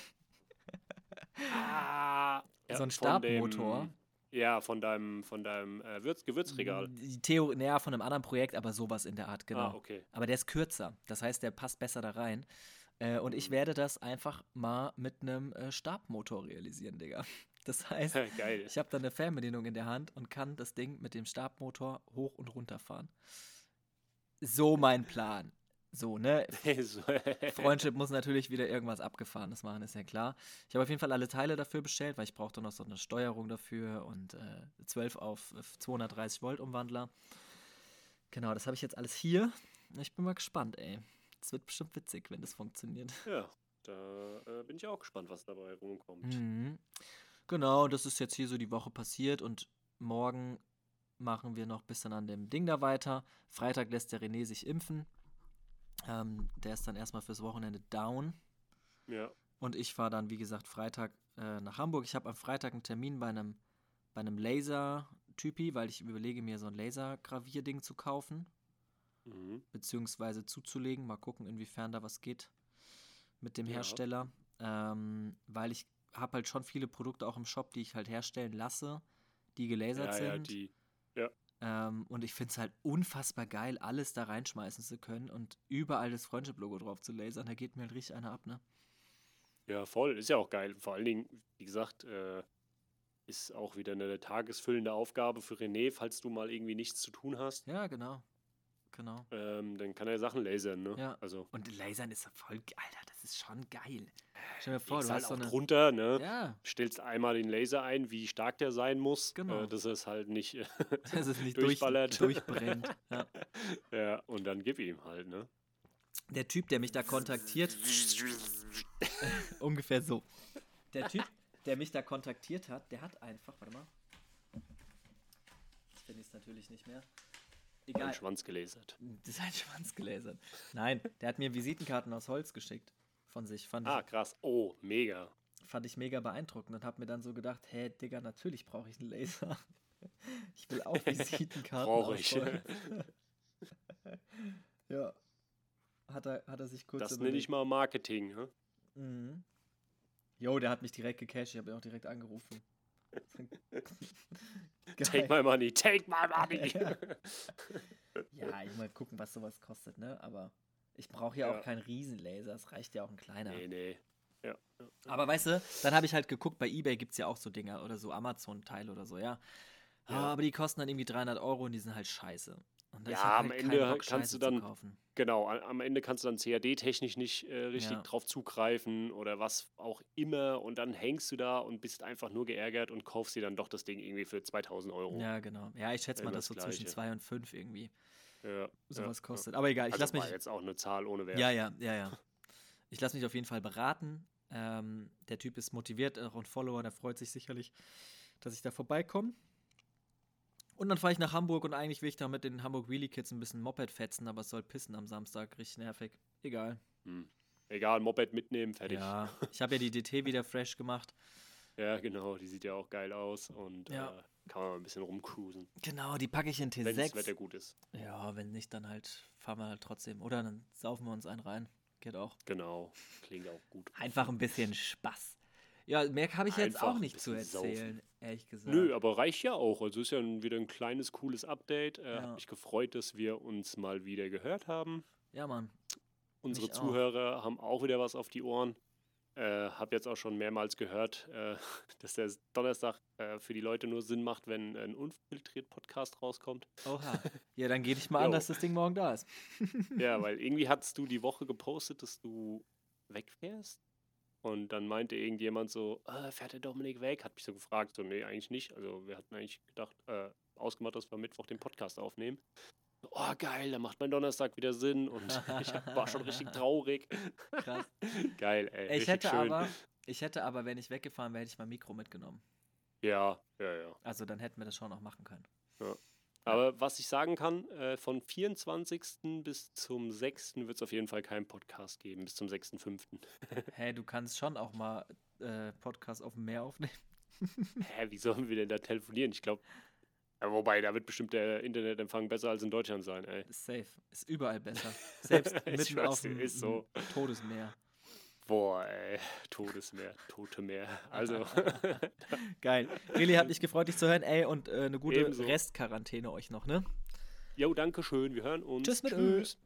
Speaker 1: Ah, ja,
Speaker 2: so einen
Speaker 1: von dem-
Speaker 2: Stabmotor.
Speaker 1: Ja, von deinem, von deinem äh, Würz, Gewürzregal.
Speaker 2: Die Theo, naja, von einem anderen Projekt, aber sowas in der Art, Mm, genau.
Speaker 1: Ah, okay.
Speaker 2: Aber der ist kürzer. Das heißt, der passt besser da rein. Äh, und ich
Speaker 1: Mhm.
Speaker 2: werde das einfach mal mit einem äh, Stabmotor realisieren, Digga. Das heißt,
Speaker 1: Geil.
Speaker 2: ich habe da eine Fernbedienung in der Hand und kann das Ding mit dem Stabmotor hoch und runter fahren. So mein Plan. So, ne?
Speaker 1: So-
Speaker 2: Freundship muss natürlich wieder irgendwas Abgefahrenes machen, ist ja klar. Ich habe auf jeden Fall alle Teile dafür bestellt, weil ich brauchte noch so eine Steuerung dafür und äh, 12 auf 230 Volt Umwandler. Genau, das habe ich jetzt alles hier. Ich bin mal gespannt, ey. Es wird bestimmt witzig, wenn das funktioniert.
Speaker 1: Ja, da äh, bin ich auch gespannt, was dabei rumkommt.
Speaker 2: Mhm. Genau, das ist jetzt hier so die Woche passiert und morgen machen wir noch ein bisschen an dem Ding da weiter. Freitag lässt der René sich impfen. Ähm, der ist dann erstmal fürs Wochenende down. Mm.
Speaker 1: Ja,
Speaker 2: Und ich fahre dann, wie gesagt, Freitag äh, nach Hamburg. Ich habe am Freitag einen Termin bei einem, bei einem Laser-Typi, weil ich überlege, mir so ein Laser-Gravierding zu kaufen,
Speaker 1: mhm.
Speaker 2: beziehungsweise zuzulegen. Mal gucken, inwiefern da was geht mit dem
Speaker 1: Ja.
Speaker 2: Hersteller. Ähm, weil ich habe halt schon viele Produkte auch im Shop, die ich halt herstellen lasse, die gelasert
Speaker 1: ja,
Speaker 2: sind.
Speaker 1: ja die,
Speaker 2: Ähm, und ich finde es halt unfassbar geil, alles da reinschmeißen zu können und überall das Friendship-Logo drauf zu lasern. Da geht mir halt richtig einer ab, ne?
Speaker 1: Ja, voll. Ist ja auch geil. Vor allen Dingen, wie gesagt, äh, ist auch wieder eine tagesfüllende Aufgabe für René, falls du mal irgendwie nichts zu tun hast.
Speaker 2: Ja, genau. Genau.
Speaker 1: Ähm, dann kann er Sachen lasern, ne?
Speaker 2: Ja.
Speaker 1: Also,
Speaker 2: Und Lasern ist voll, ge- Alter, das ist schon geil. Stell dir vor,
Speaker 1: legst
Speaker 2: du
Speaker 1: halt
Speaker 2: hast
Speaker 1: auch
Speaker 2: so eine.
Speaker 1: drunter, ne?
Speaker 2: Ja,
Speaker 1: Stellst einmal den Laser ein, wie stark der sein muss,
Speaker 2: Genau.
Speaker 1: äh, dass er es halt nicht. äh,
Speaker 2: das ist nicht durch,
Speaker 1: Durchballert.
Speaker 2: durchbrennt. Ja.
Speaker 1: ja, und dann gib ihm halt, ne?
Speaker 2: Der Typ, der mich da kontaktiert, ungefähr so. Der Typ, der mich da kontaktiert hat, der hat einfach, warte mal. Jetzt finde ich es natürlich nicht mehr.
Speaker 1: Den
Speaker 2: Egal.
Speaker 1: Schwanz gelasert.
Speaker 2: Das ist ein Schwanz gelasert. Nein, der hat mir Visitenkarten aus Holz geschickt. Von sich. Fand ich
Speaker 1: Ah, krass. Oh, mega.
Speaker 2: fand ich mega beeindruckend und habe mir dann so gedacht, hä, Digga, natürlich brauche ich einen Laser. Ich will auch Visitenkarten.
Speaker 1: Brauche ich.
Speaker 2: ausrollen. ja. Hat er, hat er sich kurz
Speaker 1: Das nenne ich mal Marketing, ne?
Speaker 2: Mhm. Jo, der hat mich direkt gecasht, ich habe ihn auch direkt angerufen.
Speaker 1: Take my money, take my money.
Speaker 2: Ja. ja, ich mal gucken, was sowas kostet, ne? Aber ich brauche ja,
Speaker 1: Ja.
Speaker 2: auch keinen Riesenlaser, es reicht ja auch ein kleiner.
Speaker 1: nee, nee. Ja.
Speaker 2: Aber weißt du, dann habe ich halt geguckt, bei Ebay gibt es ja auch so Dinger oder so Amazon-Teile oder so, ja. Ah,
Speaker 1: Ja.
Speaker 2: aber die kosten dann irgendwie 300 Euro und die sind halt scheiße. Und da
Speaker 1: Ja,
Speaker 2: ich hab halt
Speaker 1: am Ende halt
Speaker 2: keinen
Speaker 1: kannst du
Speaker 2: Scheiße zu
Speaker 1: dann-
Speaker 2: Kaufen.
Speaker 1: Genau, a- am Ende kannst du dann CAD-technisch nicht äh, richtig
Speaker 2: Ja.
Speaker 1: drauf zugreifen oder was auch immer und dann hängst du da und bist einfach nur geärgert und kaufst dir dann doch das Ding irgendwie für 2000 Euro.
Speaker 2: Ja, genau. Ja, ich schätze mal,
Speaker 1: Immer
Speaker 2: dass so
Speaker 1: Oh. das
Speaker 2: zwischen
Speaker 1: Gleiche.
Speaker 2: 2 und 5 irgendwie
Speaker 1: Ja,
Speaker 2: sowas
Speaker 1: ja,
Speaker 2: kostet. Aber egal,
Speaker 1: Ja.
Speaker 2: ich
Speaker 1: Also
Speaker 2: lasse mich.
Speaker 1: war jetzt auch eine Zahl ohne Wert.
Speaker 2: Ja, ja, ja, ja. Ich lasse mich auf jeden Fall beraten. Ähm, der Typ ist motiviert, auch ein Follower, der freut sich sicherlich, dass ich da vorbeikomme. Und dann fahre ich nach Hamburg und eigentlich will ich da mit den Hamburg Wheelie Kids ein bisschen Moped fetzen, aber es soll pissen am Samstag, richtig nervig. Egal.
Speaker 1: Hm. Egal, Moped mitnehmen, fertig. Ja,
Speaker 2: Ja, ich habe ja die DT wieder fresh gemacht.
Speaker 1: genau, die sieht ja auch geil aus und
Speaker 2: Ja.
Speaker 1: äh, kann man mal ein bisschen rumcruisen,
Speaker 2: Genau, die packe ich in
Speaker 1: wenn das
Speaker 2: T6.
Speaker 1: Wetter gut ist.
Speaker 2: Ja, wenn nicht, dann halt fahren wir halt trotzdem. Oder dann saufen wir uns einen rein. Geht auch.
Speaker 1: Genau, klingt auch gut.
Speaker 2: Einfach ein bisschen Spaß. Ja, mehr habe ich jetzt
Speaker 1: Einfach
Speaker 2: auch
Speaker 1: ein
Speaker 2: nicht zu
Speaker 1: bisschen saufen.
Speaker 2: erzählen, ehrlich gesagt.
Speaker 1: Nö, aber reicht ja auch. Also ist ja ein, wieder ein kleines, cooles Update. Äh,
Speaker 2: Ja.
Speaker 1: Hat mich gefreut, dass wir uns mal wieder gehört haben.
Speaker 2: Ja, Mann.
Speaker 1: Unsere
Speaker 2: Mich auch.
Speaker 1: Zuhörer haben auch wieder was auf die Ohren. Äh, habe jetzt auch schon mehrmals gehört, äh, dass der Donnerstag äh, für die Leute nur Sinn macht, wenn ein unfiltriert Podcast rauskommt.
Speaker 2: Oha. Ja, dann gehe ich mal an,
Speaker 1: Jo.
Speaker 2: dass das Ding morgen da ist.
Speaker 1: Ja, weil irgendwie hattest du die Woche gepostet, dass du wegfährst. Und dann meinte irgendjemand so, äh, fährt der Dominik weg? Hat mich so gefragt. So, nee, eigentlich nicht. Also wir hatten eigentlich gedacht, äh, ausgemacht, dass wir Mittwoch den Podcast aufnehmen. So, Oh, geil, dann macht mein Donnerstag wieder Sinn. Und ich war schon richtig traurig.
Speaker 2: Krass.
Speaker 1: Geil, ey.
Speaker 2: Ich
Speaker 1: richtig
Speaker 2: hätte
Speaker 1: schön.
Speaker 2: aber, ich hätte aber, wenn ich weggefahren wäre, hätte ich mein Mikro mitgenommen.
Speaker 1: Ja, ja, ja.
Speaker 2: Also dann hätten wir das schon auch machen können.
Speaker 1: Aber was ich sagen kann, äh, von 24. bis zum 6. wird es auf jeden Fall keinen Podcast geben, bis zum 6.5.
Speaker 2: Hey, du kannst schon auch mal äh, Podcast auf dem Meer aufnehmen.
Speaker 1: Hä, wie sollen wir denn da telefonieren? Ich glaube, ja, wobei, da wird bestimmt der Internetempfang besser als in Deutschland sein, ey.
Speaker 2: Ist safe. Ist überall besser. Selbst
Speaker 1: Ich
Speaker 2: mitten
Speaker 1: schwör's
Speaker 2: auf
Speaker 1: dir,
Speaker 2: dem
Speaker 1: ist so.
Speaker 2: m- Todesmeer.
Speaker 1: Boah, ey, Todesmeer, tote Meer. Also,
Speaker 2: Geil. Really hat mich gefreut, dich zu hören. Ey, und äh, eine gute
Speaker 1: Ebenso.
Speaker 2: Restquarantäne euch noch, ne?
Speaker 1: jo, danke schön, wir hören uns.
Speaker 2: Tschüss mit Ö.
Speaker 1: Tschüss.